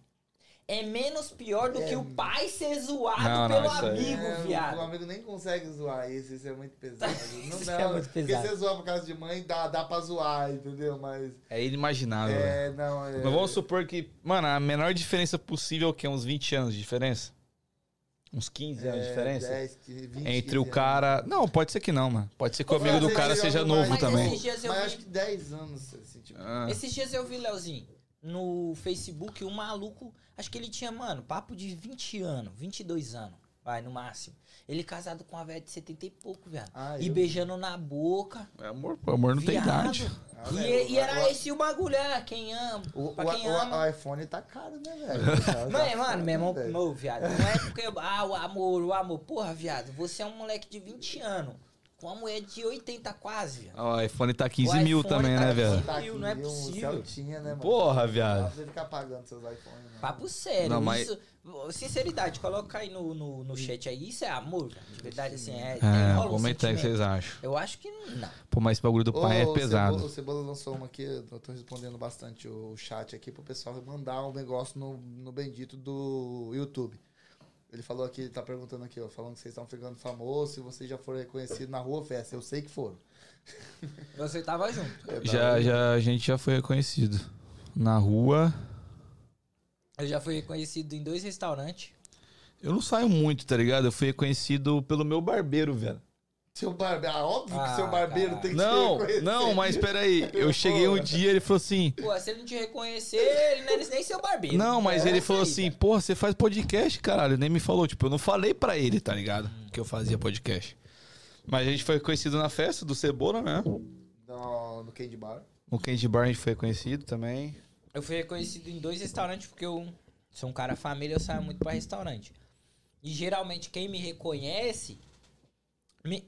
é menos pior do que o pai ser zoado Não, não, pelo isso aí- amigo, É, O viado. amigo nem consegue zoar isso, isso é muito pesado. Não Isso dá, é muito porque pesado. você zoar por causa de mãe, dá, dá pra zoar, entendeu? Mas. É inimaginável, velho. É, não, é. Mas vamos supor que, mano, a menor diferença possível é o quê? Uns 20 anos de diferença? Uns 15 É, anos de diferença? 10, 15, 20, Entre o 15 anos. cara. Não, pode ser que não, mano. Pode ser que o Mas amigo às do vezes cara ele seja joga mais novo Mas também. esses dias eu Mas vi- acho que 10 anos, assim, tipo. Ah. Esses dias eu vi, Leozinho, no Facebook, um maluco, acho que ele tinha, mano, papo de 20 anos, 22 anos, vai, no máximo. Ele casado com uma velha de 70 e pouco, viado. Ah, e eu- beijando na boca. Amor, pô, amor não tem viado. idade. Ah, E, velho, é, e o- era o- esse o bagulho, ah, quem ama, O, pra o- quem o- ama. o iPhone tá caro, né, velho? Mano, é, mano, meu irmão, velho. meu, viado, não é porque, ah, o amor, o amor, porra, viado, você é um moleque de 20 anos, com uma mulher de 80 quase, viado. Ó, o iPhone tá O 15 iPhone mil também, tá né, 15 velho? mil. Não é possível. Tinha, um né, mano? Porra, Não dá pra viado. você ficar pagando seus né? iPhones, mano. Papo sério, Não, mas- isso. Sinceridade, coloca aí no, no, no chat aí, isso é amor, cara. De verdade, assim, é. É, rola um comenta aí o que sentimento. vocês acham. Eu acho que não. Pô, mas esse bagulho do pai Ô, é o Cebola- O pesado. Cebola lançou uma aqui, eu tô respondendo bastante o chat aqui pro pessoal mandar um negócio no, no bendito do YouTube. Ele falou aqui, ele tá perguntando aqui, ó, falando que vocês estão ficando famosos, se vocês já foram reconhecidos na rua festa. Eu sei que foram. Você tava junto. É, tá, Já, já, a gente já foi reconhecido. Na rua. Eu já fui reconhecido em dois restaurantes. Eu não saio muito, tá ligado? Eu fui reconhecido pelo meu barbeiro, velho. Seu barbeiro, ah, óbvio que Ah, seu barbeiro cara. tem que Não, te reconhecer. não, mas peraí. Eu cheguei um dia ele falou assim. Pô, se ele não te reconhecer, ele não era nem seu barbeiro. Não, mas É, ele isso falou aí, assim, velho. porra, você faz podcast, caralho. Nem me falou, tipo, eu não falei pra ele, tá ligado? Que eu fazia podcast. Mas a gente foi conhecido na festa do Cebola, né? No, no Candy Bar. No Candy Bar a gente foi conhecido também. Eu fui reconhecido em dois restaurantes porque eu sou um cara família, eu saio muito pra restaurante. E geralmente quem me reconhece. me-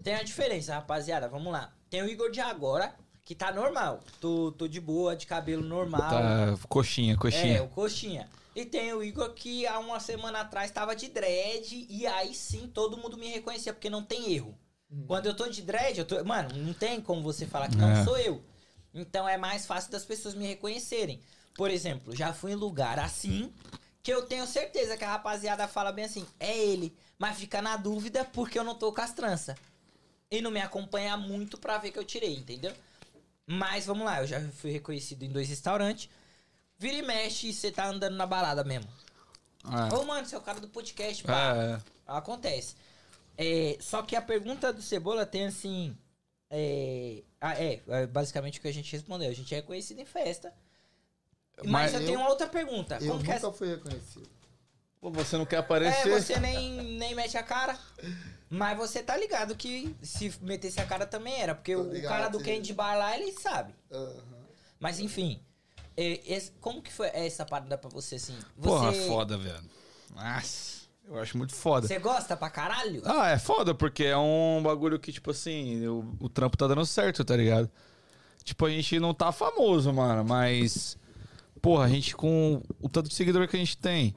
Tem a diferença, rapaziada. Vamos lá. Tem o Igor de agora, que tá normal. Tô, tô de boa, de cabelo normal. Tá, coxinha, É, coxinha. o Coxinha. E tem o Igor que há uma semana atrás tava de dread e aí sim todo mundo me reconhecia, porque não tem erro. Quando eu tô de dread, eu tô. Mano, não tem como você falar que não É. sou eu. Então é mais fácil das pessoas me reconhecerem. Por exemplo, já fui em lugar assim que eu tenho certeza que a rapaziada fala bem assim, é ele, mas fica na dúvida porque eu não tô com as tranças. E não me acompanha muito pra ver que eu tirei, entendeu? Mas vamos lá, eu já fui reconhecido em dois restaurantes. Vira e mexe, você tá andando na balada mesmo. Ah, Ô, mano, você é o cara do podcast, pá. ah, Acontece. É, só que a pergunta do Cebola tem assim. É, ah, é, é basicamente o que a gente respondeu. A gente é reconhecido em festa. Mas, Mas eu, eu- tenho uma outra pergunta. Eu Como que é, nunca fui reconhecido. pô, você não quer é, aparecer? você nem, nem mete a cara. Mas você tá ligado que se metesse a cara também era. Porque Tô o ligado, cara do sim. Candy Bar lá, ele sabe. Aham. Mas enfim. é, esse- como que foi essa parada pra você, assim? Você, Porra, foda, velho. Nossa, eu acho muito foda. Você gosta pra caralho? Ah, é foda, porque é um bagulho que, tipo assim, o, o trampo tá dando certo, tá ligado? Tipo, a gente não tá famoso, mano, mas. Porra, a gente com o tanto de seguidor que a gente tem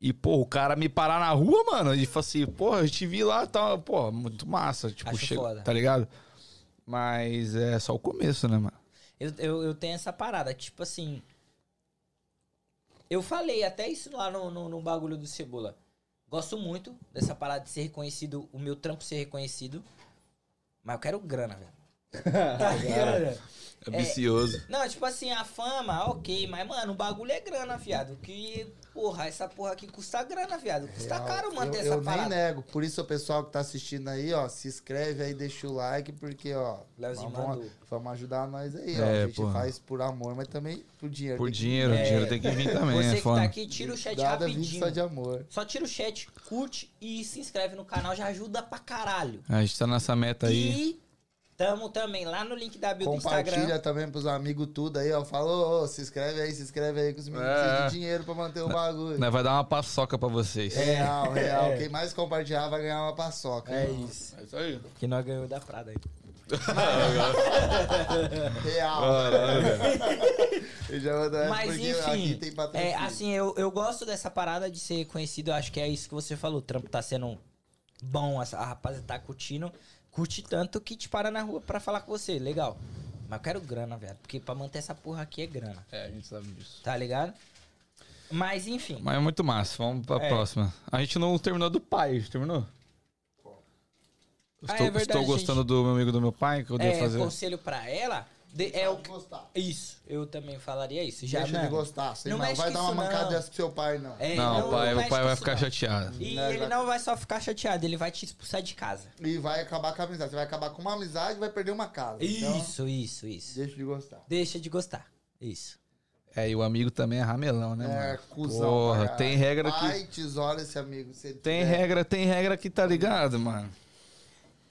E, pô, o cara me parar na rua, mano, e falou assim, porra, eu te vi lá, tá, pô, muito massa, tipo, Acho chega, foda. tá ligado? Mas é só o começo, né, mano? Eu, eu, eu tenho essa parada, tipo assim. Eu falei até isso lá no, no, no bagulho do Cebola. Gosto muito dessa parada de ser reconhecido, o meu trampo ser reconhecido. Mas eu quero grana, velho. tá ligado? velho? É vicioso. Não, tipo assim, a fama, ok, mas, mano, o bagulho é grana, viado. Que, porra, essa porra aqui custa grana, viado. Custa Real. Tá caro manter eu, essa eu parada. nem nego. Por isso, o pessoal que tá assistindo aí, ó, se inscreve aí, deixa o like, porque, ó, Leozinho vamos, mandou. vamos ajudar nós aí, ó. É, A gente pô. faz por amor, mas também por É, dinheiro. Por Tem que- dinheiro, o dinheiro tem que vir também, Você é que foda. tá aqui, tira o chat Nada vive rapidinho. só de amor. Só tira o chat, curte e se inscreve no canal, já ajuda pra caralho. A gente tá nessa meta aí. E tamo também lá no link da bio do Instagram. Compartilha também pros amigos tudo aí, ó. Fala, ô, ô, se inscreve aí, se inscreve aí, que os meninos É. precisam de dinheiro pra manter o bagulho. É, Nós vai dar uma paçoca pra vocês. Real, real. Quem mais compartilhar vai ganhar uma paçoca. É irmão. isso. É isso aí. Que nós ganhamos da Prada aí. Real. Eu já vou dar Mas É, porque enfim, aqui tem é, patrocínio. assim, eu, eu gosto dessa parada de ser conhecido. Eu acho que é isso que você falou. O trampo tá sendo bom, essa- a rapaziada tá curtindo. Curte tanto que te para na rua pra falar com você. Legal. Mas eu quero grana, velho. Porque pra manter essa porra aqui é grana. É, a gente sabe disso. Tá ligado? Mas enfim. Mas é muito massa, vamos pra É. próxima. A gente não terminou do pai, a gente terminou? Ah, é Estou, Ah, verdade, estou gostando do meu amigo do meu pai, que eu devo é, fazer. conselho pra ela. de- é o Pode gostar. Isso, eu também falaria isso. Já Deixa mano. de gostar. Sem Não mal. mexe Vai com dar uma isso, mancada não. dessa pro seu pai, não. É, não, não- o pai, não o mexe pai com vai isso, ficar não. chateado. E Não, ele vai- não vai só ficar chateado, ele vai te expulsar de casa. E vai acabar com a amizade. Você vai acabar com uma amizade e vai perder uma casa. Então, Isso, isso, isso. deixa de gostar. Deixa de gostar. Isso. É, e o amigo também é ramelão, né, É, mano? cuzão. Porra, cara. tem regra que- Pai, tesoura esse amigo. se ele Tem é. tiver- regra, tem regra que tá ligado, mano.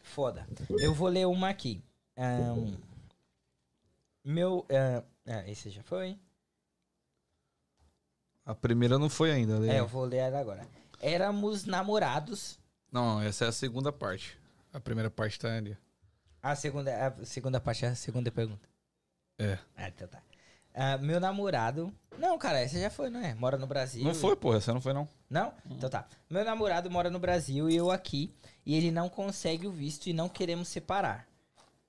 Foda. Eu vou ler uma aqui. Ahn, meu. ahn, ah, esse já foi. A primeira não foi ainda, É, né? eu vou ler ela agora. Éramos namorados. Não, essa é a segunda parte. A primeira parte tá ali. A segunda, a segunda parte é a segunda pergunta. É. Ah, então tá. Ah, meu namorado. Não, cara, essa já foi, não é? Mora no Brasil. Não foi, porra, essa não foi, não. Não? Então tá. Meu namorado mora no Brasil e eu aqui. E ele não consegue o visto e não queremos separar.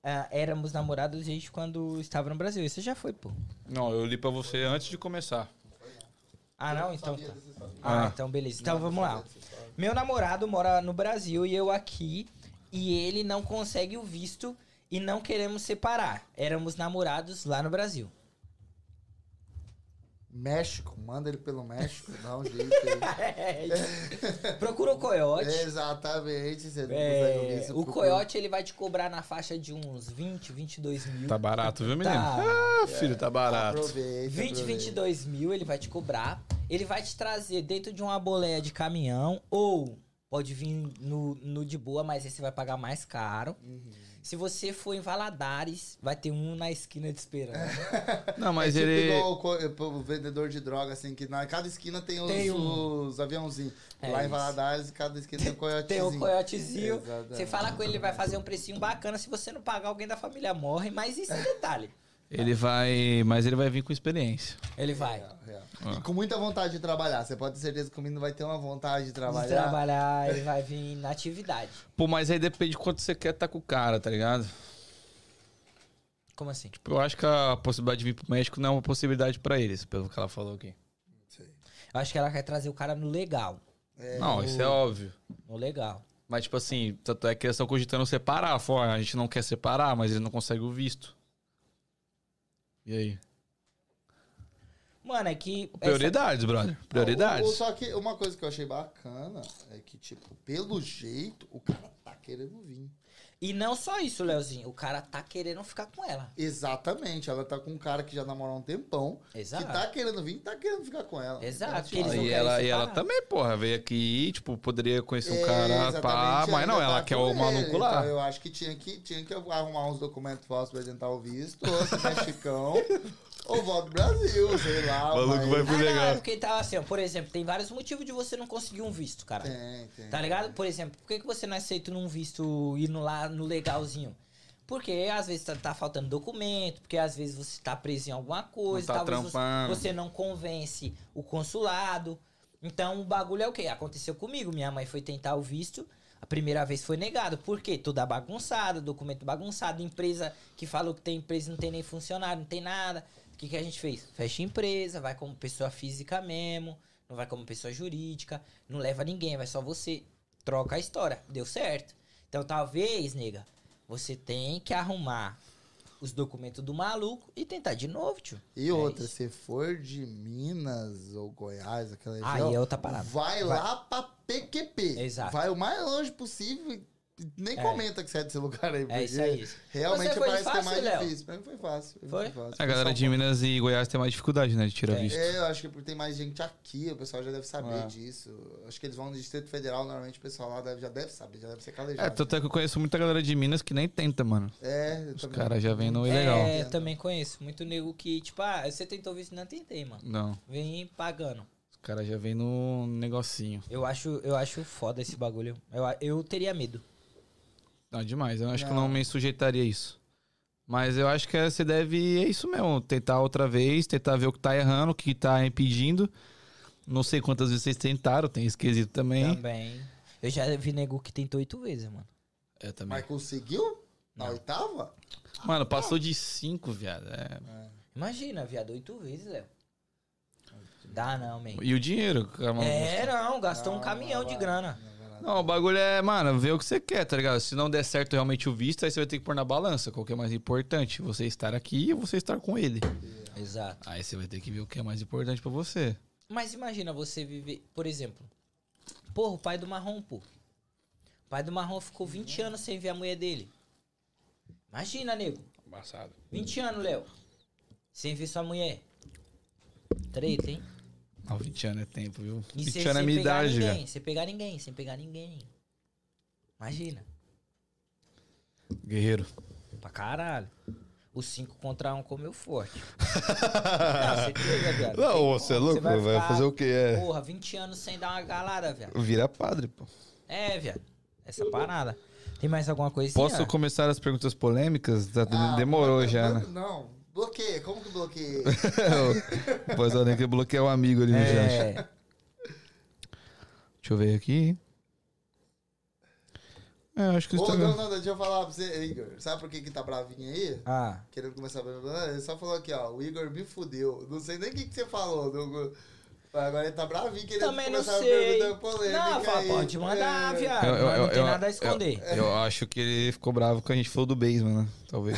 Ah, éramos namorados desde quando estava no Brasil. Isso já foi, pô. Não, eu li pra você antes de começar. Ah, não? Então tá. Ah. Ah, então beleza. Então vamos lá. Meu namorado mora no Brasil e eu aqui. E ele não consegue o visto e não queremos separar. Éramos namorados lá no Brasil. México, manda ele pelo México, dá um jeito aí. Procura o Coyote. Exatamente, você não consegue ouvir É, isso. o procura. Coyote ele vai te cobrar na faixa de uns 20, 22 mil. Tá barato, viu, menino? Tá. Ah, filho, tá barato. 20, Aproveita. aproveita. 22 mil ele vai te cobrar. Ele vai te trazer dentro de uma boleia de caminhão ou pode vir no, no de boa, mas aí você vai pagar mais caro. Se você for em Valadares, vai ter um na esquina te esperando. Não, mas é tipo ele. igual o, co- o vendedor de droga, assim, que na cada esquina tem os, Tem um. os aviãozinhos. É Lá em isso. Valadares, cada esquina tem Tem um coiotezinho. o coiotezinho. Exatamente. Você fala com ele, ele vai fazer um precinho bacana. Se você não pagar, alguém da família morre. Mas isso é detalhe. Ele vai. Mas ele vai vir com experiência. Ele vai. Real. Ah. É. E com muita vontade de trabalhar. Você pode ter certeza que o menino vai ter uma vontade de Trabalhar. trabalhar. trabalhar, ele vai vir na atividade. Pô, mas aí depende de quanto você quer tá com o cara, tá ligado? Como assim? Eu acho que a possibilidade de vir pro México não é uma possibilidade pra eles, pelo que ela falou aqui. Eu acho que ela quer trazer o cara no legal. não, isso é óbvio. No legal. Mas, tipo assim, tanto é que eles estão cogitando separar. Fora, a gente não quer separar, mas ele não consegue o visto. E aí? Mano, é que. essa- Prioridades, brother. O- o- Prioridades. Só que uma coisa que eu achei bacana é que, tipo, pelo jeito, o cara tá querendo vir. E não só isso, Leozinho. O cara tá querendo ficar com ela. Exatamente. Ela tá com um cara que já namorou há um tempão. Exato. Que tá querendo vir e tá querendo ficar com ela. Exato, Então, tipo, eles não e querem ela, e separar. ela também, porra, veio aqui, tipo, poderia conhecer o É, cara, pá, exatamente, mas não, ainda ela tá quer com o ele. maluco lá. Então, eu acho que tinha que, tinha que arrumar uns documentos falsos pra tentar o visto, ou se mexicão, ou volta pro Brasil, sei lá. O maluco vai Ah, pro não, é legal. porque tá assim, ó, por exemplo, tem vários motivos de você não conseguir um visto, cara. Tem, tem. Tá ligado? Por exemplo, por que, que você não aceita num visto indo lá no legalzinho? Porque às vezes tá, tá faltando documento, porque às vezes você tá preso em alguma coisa, Não tá talvez você- trampando. você não convence o consulado. Então o bagulho é o quê? Aconteceu comigo. Minha mãe foi tentar o visto. A primeira vez foi negado. Por quê? Toda bagunçada, documento bagunçado, empresa que falou que tem empresa, não tem nem funcionário, não tem nada. O que, que a gente fez? Fecha a empresa, vai como pessoa física mesmo, não vai como pessoa jurídica, não leva ninguém, vai só você. Troca a história. Deu certo. Então talvez, nega, você tem que arrumar os documentos do maluco e tentar de novo, tio. E É outra, isso. se for de Minas ou Goiás, aquela Aí região, é outra parada. vai, lá pra PQP. Exato. Vai o mais longe possível e nem É. comenta que sai desse lugar aí. É isso porque aí. Realmente Você foi parece que é fácil, mais Léo? difícil. Pra mim foi fácil. pra mim Foi? fácil. A galera de Minas e Goiás tem mais dificuldade, né? De tirar Tem. visto. É, eu acho que porque tem mais gente aqui, o pessoal já deve saber É. disso. Acho que eles vão no Distrito Federal, normalmente o pessoal lá deve- já deve saber, já deve ser É, calejado. tanto é que eu conheço muita galera de Minas que nem tenta, mano. É, eu Os também. caras já vêm no ilegal. É, eu também conheço. Muito nego que, tipo, ah, você tentou visto? Não tentei, mano. Não, Vem pagando. os caras já vêm no negocinho. Eu acho, eu acho foda esse bagulho. Eu, a- eu teria medo. Não, demais. Eu acho que eu Não. não me sujeitaria a isso. Mas eu acho que você deve. É isso mesmo. Tentar outra vez, tentar ver o que tá errando, o que tá impedindo. Não sei quantas vezes vocês tentaram, tem esquisito também. Também. Eu já vi nego que tentou oito vezes, mano. É, também. Mas conseguiu? Na oitava? Mano, passou de cinco, viado. É. Imagina, viado, oito vezes, Léo. Dá não, man. E o dinheiro, cara, mano. É, não, gastou um Não, caminhão não de vai. grana. Não, vai lá. Não, o bagulho é, mano, ver o que você quer, tá ligado? Se não der certo realmente o visto, aí você vai ter que pôr na balança. Qual que é mais importante? Você estar aqui ou você estar com ele? Exato. Aí você vai ter que ver o que é mais importante pra você. Mas imagina você viver, por exemplo. Porra, o pai do Marrom, pô. O pai do Marrom ficou 20 anos sem ver a mulher dele. Imagina, nego. Embaçado. 20 anos, Léo. Sem ver sua mulher. Treta, hein? Não, 20 anos é tempo, viu? E 20 sem- anos é sem minha pegar idade, ninguém, velho. Sem pegar ninguém, sem pegar ninguém. Imagina. Guerreiro. Pra caralho. O 5 contra 1 um comeu forte. Não, você pega, viado. Não, Tem- você é louco, vai vai, ficar- fazer o quê? É, Porra, 20 anos sem dar uma galada, viado. virar padre, pô. É, viado. Essa parada. Tem mais alguma coisa? Posso começar as perguntas polêmicas? Tá- Ah, Demorou mas- já, mas- né? Não, bloqueia. Como que bloqueia? Pois eu nem que bloquear um amigo ali no chat. É, Deixa eu ver aqui. É, acho que Ô, isso não, também. não, deixa eu falar pra você, Igor. Sabe por que que tá bravinho aí? ah, Querendo começar a beber? né? Ele só falou aqui, ó. O Igor me fudeu. Não sei nem o que, que você falou. não- Agora ele tá bravinho querendo também não começar sei. a perguntar polêmica Não, fala, aí. pode mandar, É. viado. Nós não tem nada a esconder. Eu, eu acho que ele ficou bravo que a gente falou do Basement, né? Talvez.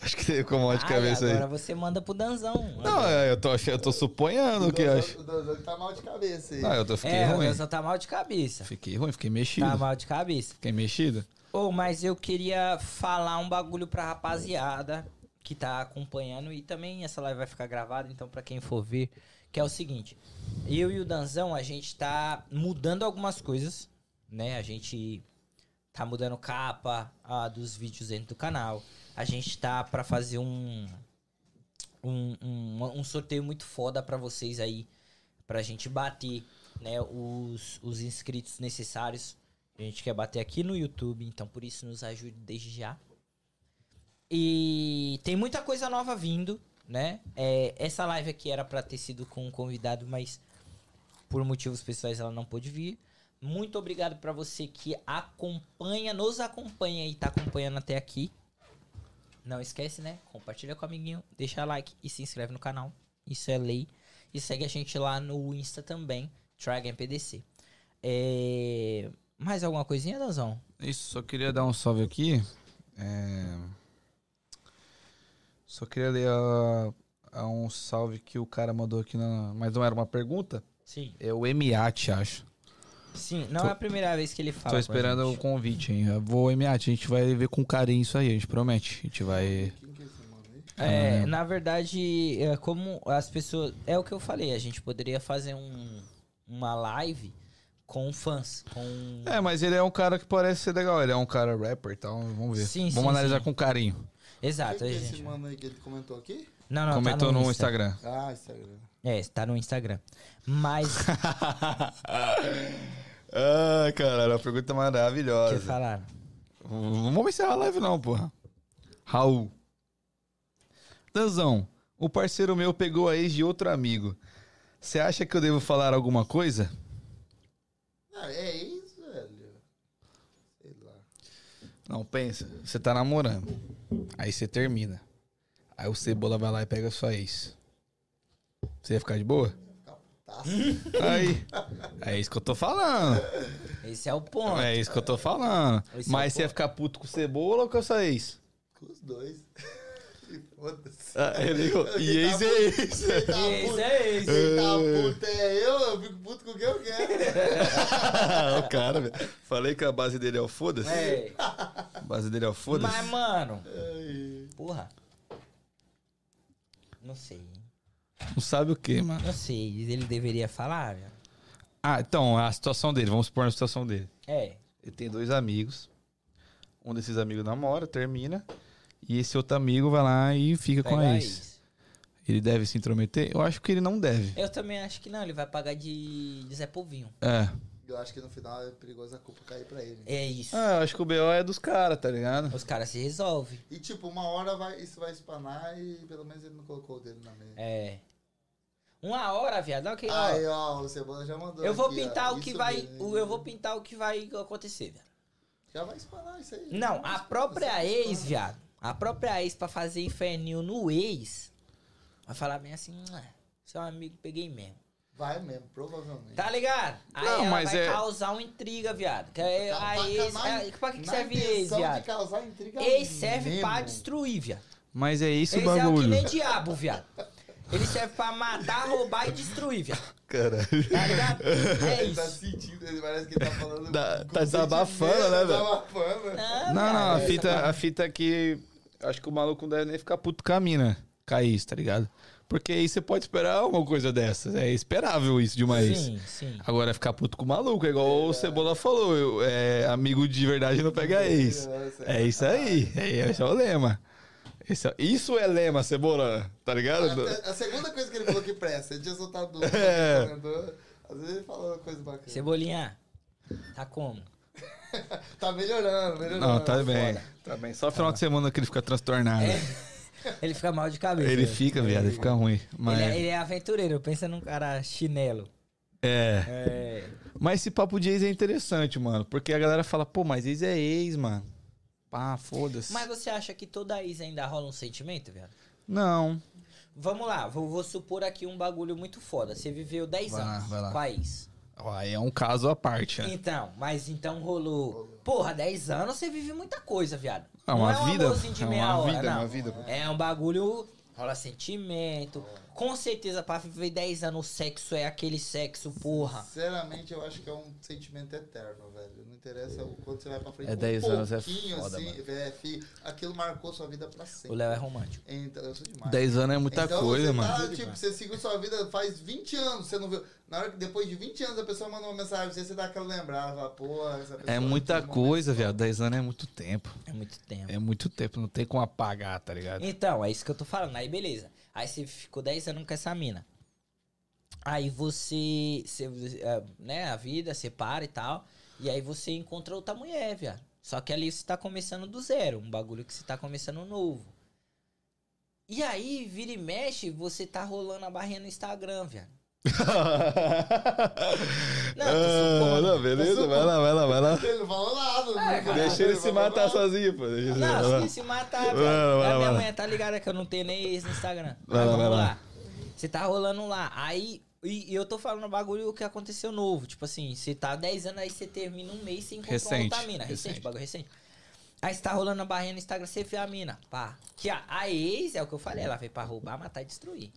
Acho que teve com um monte de Ai, cabeça agora aí. você manda pro Danzão. Não, é, eu tô, ach- eu tô suponhando O o que eu Danzão- acho. O Danzão tá mal de cabeça aí. Ah, eu tô, fiquei é, o ruim. Danzão tá mal de cabeça. Fiquei ruim, fiquei mexido. Tá mal de cabeça. Fiquei mexido. Ô, mas eu queria falar um bagulho pra rapaziada que tá acompanhando e também essa live vai ficar gravada, então pra quem for ver, que é o seguinte, eu e o Danzão, a gente tá mudando algumas coisas, né? A gente tá mudando capa ah, dos vídeos dentro do canal. A gente tá pra fazer um um, um, um sorteio muito foda pra vocês aí, pra gente bater, né, os, os inscritos necessários. A gente quer bater aqui no YouTube, então por isso nos ajude desde já. E tem muita coisa nova vindo, né? É, essa live aqui era pra ter sido com um convidado, mas por motivos pessoais ela não pôde vir. Muito obrigado pra você que acompanha, nos acompanha e tá acompanhando até aqui. Não esquece, né? Compartilha com o amiguinho, deixa like e se inscreve no canal. Isso é lei. E segue a gente lá no Insta também, TryGamePDC. É... Mais alguma coisinha, Danzão? Isso, só queria dar um salve aqui. É, Só queria ler a- a um salve que o cara mandou aqui, na... mas não era uma pergunta. Sim. É o Emiate, acho. Sim, não Tô- é a primeira vez que ele fala. Tô com a esperando o gente. convite, hein? Eu vou, Emiate, a gente vai ver com carinho isso aí, a gente promete. A gente vai. Quem que é esse mano aí? um É, na verdade, é como as pessoas. É o que eu falei, a gente poderia fazer um, uma live com fãs. Com... É, mas ele é um cara que parece ser legal. Ele é um cara rapper e tal. Vamos ver. Sim, Vamos sim, analisar sim. com carinho. Exato, Quem a que é esse Ah, gente. mano aí que ele comentou aqui? Não, não, tá Comentou no, Insta. Instagram. Ah, Instagram. É, tá no Instagram. Mas, Ah, caralho, uma pergunta o que maravilhosa. falaram? Não vamos encerrar a live, não, porra. Raul. Danzão, o parceiro meu pegou a ex de outro amigo. Você acha que eu devo falar alguma coisa? Ah, é isso, velho. Sei lá. Não, pensa. Você tá namorando. Aí você termina. Aí o Cebola vai lá e pega sua ex. Você ia ficar de boa? Tá. Aí. É isso que eu tô falando. Esse é o ponto. É isso que eu tô falando. Esse é Mas o você ia ficar puto com o Cebola ou com a sua ex? Com os dois. E foda-se. Ah, ele, e ex é ex. Quem tá E esse puto- é esse. Quem tá puto é eu, eu fico puto com quem eu quero. o cara, velho. Falei que a base dele é o foda-se. É. A base dele é o foda-se. Mas, mano, Ai. porra. Não sei. Não sabe o que, mano. Não sei. Ele deveria falar, né? velho. Ah, então, a situação dele. Vamos supor na situação dele. É. Ele tem dois amigos. Um desses amigos namora, termina. E esse outro amigo vai lá e fica com pegar a ex. isso. Ele deve se intrometer? Eu acho que ele não deve. Eu também acho que não. Ele vai pagar de, de Zé Polvinho. É. Eu acho que no final é perigoso a culpa cair pra ele. É isso. Ah, eu acho que o BO é dos caras, tá ligado? Os caras se resolvem. E tipo, uma hora vai, isso vai espanar e pelo menos ele não colocou o dele na mesa. É. Uma hora, viado. Olha que- ó, Aí, ó, o Cebola já mandou. eu vou aqui, ó. pintar o que Ah, é, Isso vai. mesmo. o- eu vou pintar o que vai acontecer, viado. Já vai espanar isso aí. Não, a própria é ex, viado. A própria ex pra fazer infernil no ex. Vai falar bem assim, "Mua, seu amigo peguei mesmo. Vai mesmo, provavelmente. Tá ligado? Aí Não, ela mas vai é- causar uma intriga, viado. Que aí Pra- a pra ex. acabar é- pra que, que na serve ex, intenção viado? de causar intriga Ex serve mesmo. pra destruir, viado. Mas é esse o Ex é o que bagulho. nem diabo, viado. Ele serve pra matar, roubar e destruir, viado. Caralho. Tá ligado? É Ele tá isso. sentindo, ele parece que ele tá falando. Tá- com tá desabafando, sentimento, né, Tá velho? Desabafando. Não, Não, não, viado, a é fita, a fita que. Acho que o maluco não deve nem ficar puto com a mina. Caís, tá ligado? Porque aí você pode esperar uma coisa dessas. É esperável isso de uma essa- ex. Sim, sim. Agora ficar puto com o maluco, é igual o Cebola falou. eu- é, amigo de verdade não pega ex. Nossa, É isso aí. É, esse é o lema. Esse é- isso é lema, Cebola. Tá ligado? A, a segunda coisa que ele falou que presta, ele tinha soltado duas. É. mandou. né, Às vezes ele falou coisa bacana. Cebolinha, tá como? Tá melhorando, melhorando. Não, tá bem. Tá bem. Só final de semana que ele fica transtornado. Ele fica mal de cabeça. Ele velho. fica, viado, ele fica ruim. Mas, é, Ele, é, ele é aventureiro, pensa num cara chinelo. é. É. mas esse papo de ex é interessante, mano. Porque a galera fala, pô, mas ex é ex, mano. Pá, foda-se. Mas você acha que toda ex ainda rola um sentimento, velho? Não. Vamos lá, vou, vou supor aqui um bagulho muito foda. Você viveu 10 Vai lá, anos vai lá. com a ex. Ó, Aí é um caso à parte, né? Então, mas então rolou. Porra, 10 anos você vive muita coisa, viado. É uma não vida, é um amorzinho de é meia uma hora, vida, é não. uma vida. É um bagulho, rola sentimento. Com certeza, pra viver 10 anos, o sexo é aquele sexo, porra. Sinceramente, eu acho que é um sentimento eterno, velho. Não interessa o quanto você vai pra frente. É um 10 anos, é pouquinho, foda, assim, mano. velho, fi, Aquilo marcou sua vida pra sempre. O Léo é romântico. Então, eu sou demais. 10 anos é muita Então, coisa, você mano. Tá, tipo, você seguiu sua vida faz 20 anos, você não viu. Na hora que depois de 20 anos a pessoa manda uma mensagem, pra você, você dá aquela lembrada, fala, pô, essa pessoa. É muita teve um coisa, viado. 10 anos é muito tempo. É muito tempo. É muito tempo, não tem como apagar, tá ligado? Então, é isso que eu tô falando. Aí, beleza. Aí você ficou 10 anos com essa mina. Aí você, você, eh, né, a vida separa e tal. E aí você encontra outra mulher, viado. Só que ali você tá começando do zero. Um bagulho que você tá começando novo. E aí, vira e mexe, você tá rolando a barrinha no Instagram, viado. Então. Não, tô Ah, supondo. não, beleza, vai lá, vai lá, vai lá. momento. Ele não falou nada, É, não- Deixa ele se falou matar nada. sozinho, pô. Deixa ele se matar. Não, se se matar, velho. Vai lá, vai lá, a minha vai lá. mãe tá ligada que eu não tenho nem ex no Instagram. Vai Mas lá, vamos vai lá. lá. Você tá rolando lá. Aí, e, e eu tô falando um bagulho que aconteceu novo. Tipo assim, você tá 10 anos, aí você termina um mês sem encontrar Recente, outra mina. Recente, recente. bagulho recente. Aí você tá rolando a barrinha no Instagram, você vê a mina. Pá. Que a, a ex, é o que eu falei, ela veio pra roubar, matar e destruir.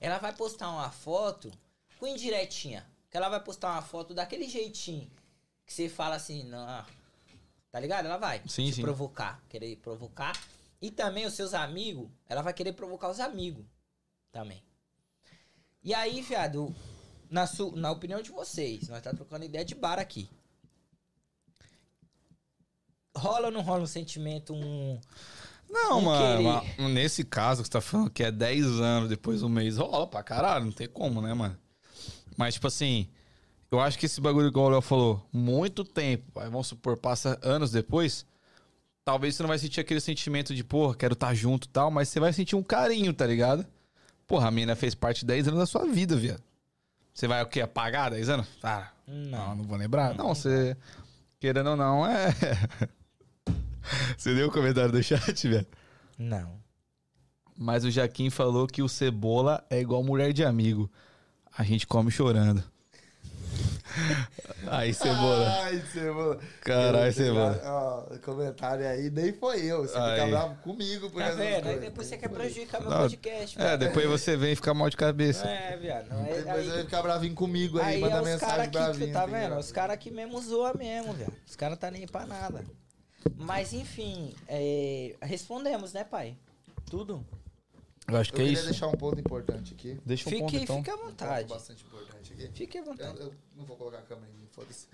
Ela vai postar uma foto com indiretinha. Que ela vai postar uma foto daquele jeitinho. Que você fala assim, não. Tá ligado? Ela vai Sim, te sim. provocar, querer provocar. E também os seus amigos, ela vai querer provocar os amigos também. E aí, viado, na, su- na opinião de vocês, nós tá trocando ideia de bar aqui. Rola ou não rola um sentimento, um. Não, Um mano. querer. mas Nesse caso que você tá falando que é 10 anos depois do mês, rola pra caralho, não tem como, né, mano? Mas, tipo assim, eu acho que esse bagulho, igual o Léo falou, muito tempo. Aí vamos supor, passa anos depois. Talvez você não vai sentir aquele sentimento de, porra, quero estar junto e tá tal, mas você vai sentir um carinho, tá ligado? Porra, a mina fez parte de 10 anos da sua vida, viado. Você vai o quê? Apagar 10 anos? Tá. Para. um Não. Ah, Não, não vou lembrar. Não, você. Querendo ou não, é. Você deu o comentário do chat, velho? Não. Mas o Jaquim falou que o cebola é igual mulher de amigo. A gente come chorando. Aí, cebola. Ai, cebola. Caralho, Eu- cebola. Ó, comentário aí, nem foi eu. Você fica Aí. bravo comigo por Tá essas vendo? Aí coisas. depois você quer prejudicar meu Não. podcast, É, velho. depois você vem ficar mal de cabeça. É, viado. não é- Depois ele Aí, fica bravinho comigo aí, aí manda é os caras mensagem aqui, bravinha. tá entendeu? vendo? Os caras aqui mesmo zoa mesmo, viado. Os caras tá nem pra nada. Mas enfim, é, respondemos, né, pai? Tudo? Eu acho Eu que é queria isso. deixar um ponto importante aqui. Deixa um ponto, Fique, então. fique à Um ponto vontade. bastante importante aqui. Fique à Eu, vontade. eu não vou colocar a câmera em mim, foda-se.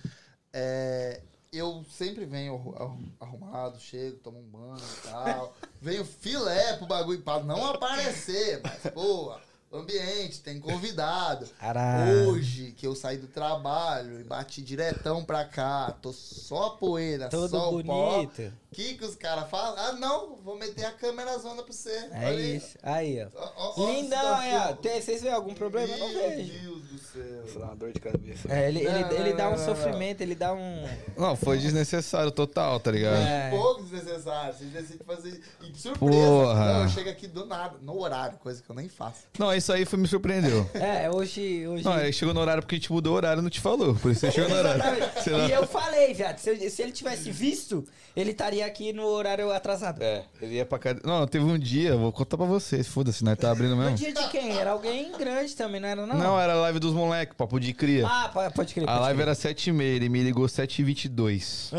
É, eu sempre venho arru- arru- arrumado, chego, tomo um banho e tal. venho filé pro bagulho pra não aparecer, mas, pô, ambiente, tem convidado. Caralho. Hoje que eu saí do trabalho e bati diretão pra cá, tô só a poeira, Todo só o pó. O bonito. que, que os caras falam? Ah, não, vou meter a câmera zona pra você. É Olha aí. isso. Aí, ó. Ó, ó, ó, Lindão, é, ó. desafio. Tem- Vocês veem algum problema? Eu não Meu vejo. Deus do céu. uma dor de cabeça. É, ele, ele, Não, ele não, dá não, um não, não. sofrimento, ele dá um. Não, foi desnecessário total, tá ligado? É. Um pouco desnecessário. Vocês decidem fazer. E de surpresa. Porra. Não, eu chego aqui do nada, no horário, coisa que eu nem faço. Não, isso aí foi, me surpreendeu. É, hoje. hoje... Não, ele chegou no horário porque a gente mudou o horário e não te falou. Por isso você chegou no horário. Exatamente. Sei lá. E eu falei, viado. Se, eu- se ele tivesse visto, ele estaria aqui no horário atrasado. É. Ele ia pra cadeia. Não, teve um dia, vou contar pra vocês. Foda-se, nós tá abrindo No mesmo. dia de quem? Era alguém grande também, não era não? Não, era a live dos moleques, papo de cria. Ah, po- pode crer. A pode live crer. era 7h30, ele me ligou 7h22.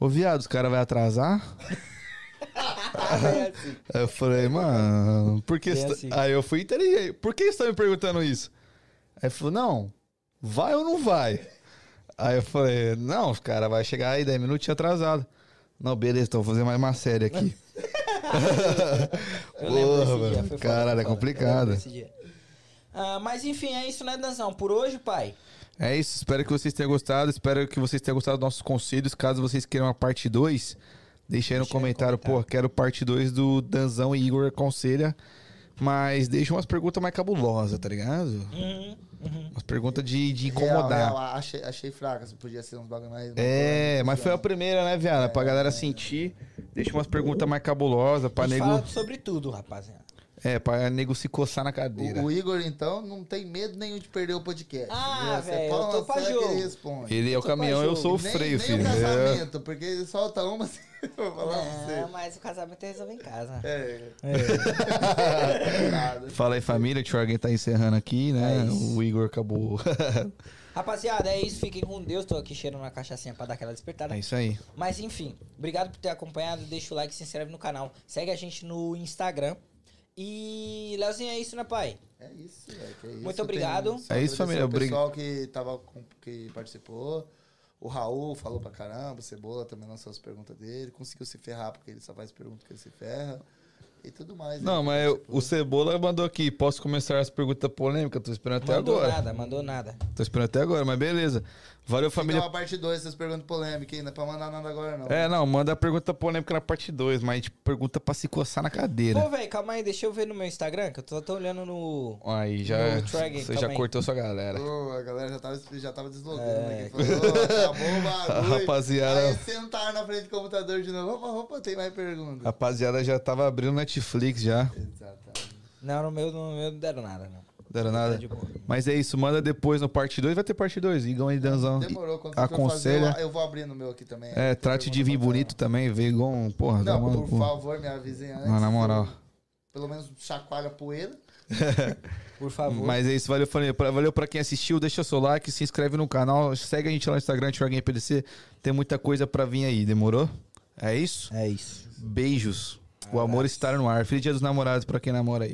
Ô, viado, os caras vão atrasar? é Ah, é. Aí eu falei, mano, por que... Bem você tá- assim. Aí eu fui inteligente. Por que você tá me perguntando isso? Aí ele falou, não, vai ou não vai? Aí eu falei, não, os caras vão chegar aí 10 minutos atrasado. Não, beleza, então vou fazer mais uma série aqui. Eu lembro desse Porra, dia, mano, Caralho, foi foda, foi é foda. Eu lembro complicado. desse dia. Ah, mas enfim, é isso, né, Danzão? Por hoje, pai. É isso, espero que vocês tenham gostado. Espero que vocês tenham gostado dos nossos conselhos. Caso vocês queiram a parte 2, deixa aí no Deixa aí no comentário, pô, quero parte 2 do Danzão e Igor Conselha. Mas deixa umas perguntas mais cabulosas, tá ligado? Uhum, uhum. Umas perguntas de, de incomodar. Real, assim, real, achei, achei fraca, se podia ser uns bagulho mais. É, mas foi a primeira, né, viada? É. Pra galera sentir. Deixa umas perguntas mais cabulosas pra A gente nego. fala sobre tudo, rapaziada. É, pra nego se coçar na O, cadeira. o Igor, então, não tem medo nenhum de perder o podcast. Ah, entendeu? Você velho, pode eu tô lançar pra que jogo. Ele responde. Ele é o Tô pra caminhão, eu jogo. sou o nem, freio, nem filho. o É. casamento, porque ele solta uma assim. eu vou falar pra É, você. mas o casamento resolve em casa. É. É. Nada. Fala aí, família. O Tchorgen tá encerrando aqui, né? É isso. o Igor acabou. Rapaziada, é isso. Fiquem com Deus. Tô aqui cheirando uma cachaçinha pra dar aquela despertada. é isso aí. Mas enfim, obrigado por ter acompanhado. Deixa o like, se inscreve no canal. Segue a gente no Instagram. E, Leozinho, é isso, né, pai? É isso, velho. que é isso. Muito Tem- obrigado. só É isso, agradecer família, O obrig- pessoal que, tava com- que participou. O Raul falou pra caramba. O Cebola também lançou as perguntas dele. Conseguiu se ferrar, porque ele só faz pergunta que ele se ferra. E tudo mais. Não, né? mas eu- o Cebola mandou aqui. Posso começar as perguntas polêmicas? Tô esperando até mandou agora. nada, mandou nada. Tô esperando até agora, mas beleza. Valeu, família. Então, a parte 2, essas perguntas polêmicas ainda. Pra mandar nada agora, não. É, não, manda a pergunta polêmica na parte 2, mas a gente pergunta pra se coçar na Pô, cadeira. velho, calma aí, deixa eu ver no meu Instagram, que eu tô, tô olhando no. Aí já. No Dragon, Você já calma aí. cortou sua galera. Pô, a galera já tava, já tava deslogando. É. Aqui, falou, "Ô, acabou o A bagulho. Aí rapaziada. sentaram na frente do computador de novo. Opa, opa, tem mais a perguntas. Rapaziada já tava abrindo Netflix já. Exatamente. Não, no meu, no meu não deram nada, não. Não era Tá nada. de boa. Mas é isso, manda depois no parte 2. Vai ter parte 2. Igão e Danzão. Demorou. Quando você for fazer, Aconselha. eu, eu vou abrir no meu aqui também. É, trate de vir Pergunta pra- bonito também, vegan, porra. dá Não, uma- por favor, né? me avisem antes. Não, na moral. Pelo menos chacoalha a poeira. Por favor. Mas é isso, valeu, família. Pra- Valeu pra quem assistiu, deixa seu like, se inscreve no canal, segue a gente lá no Instagram, Tchorguinha PDC. Tem muita coisa pra vir aí, demorou? É isso? É isso. Beijos. O amor está no ar. Feliz dia dos namorados pra quem namora aí.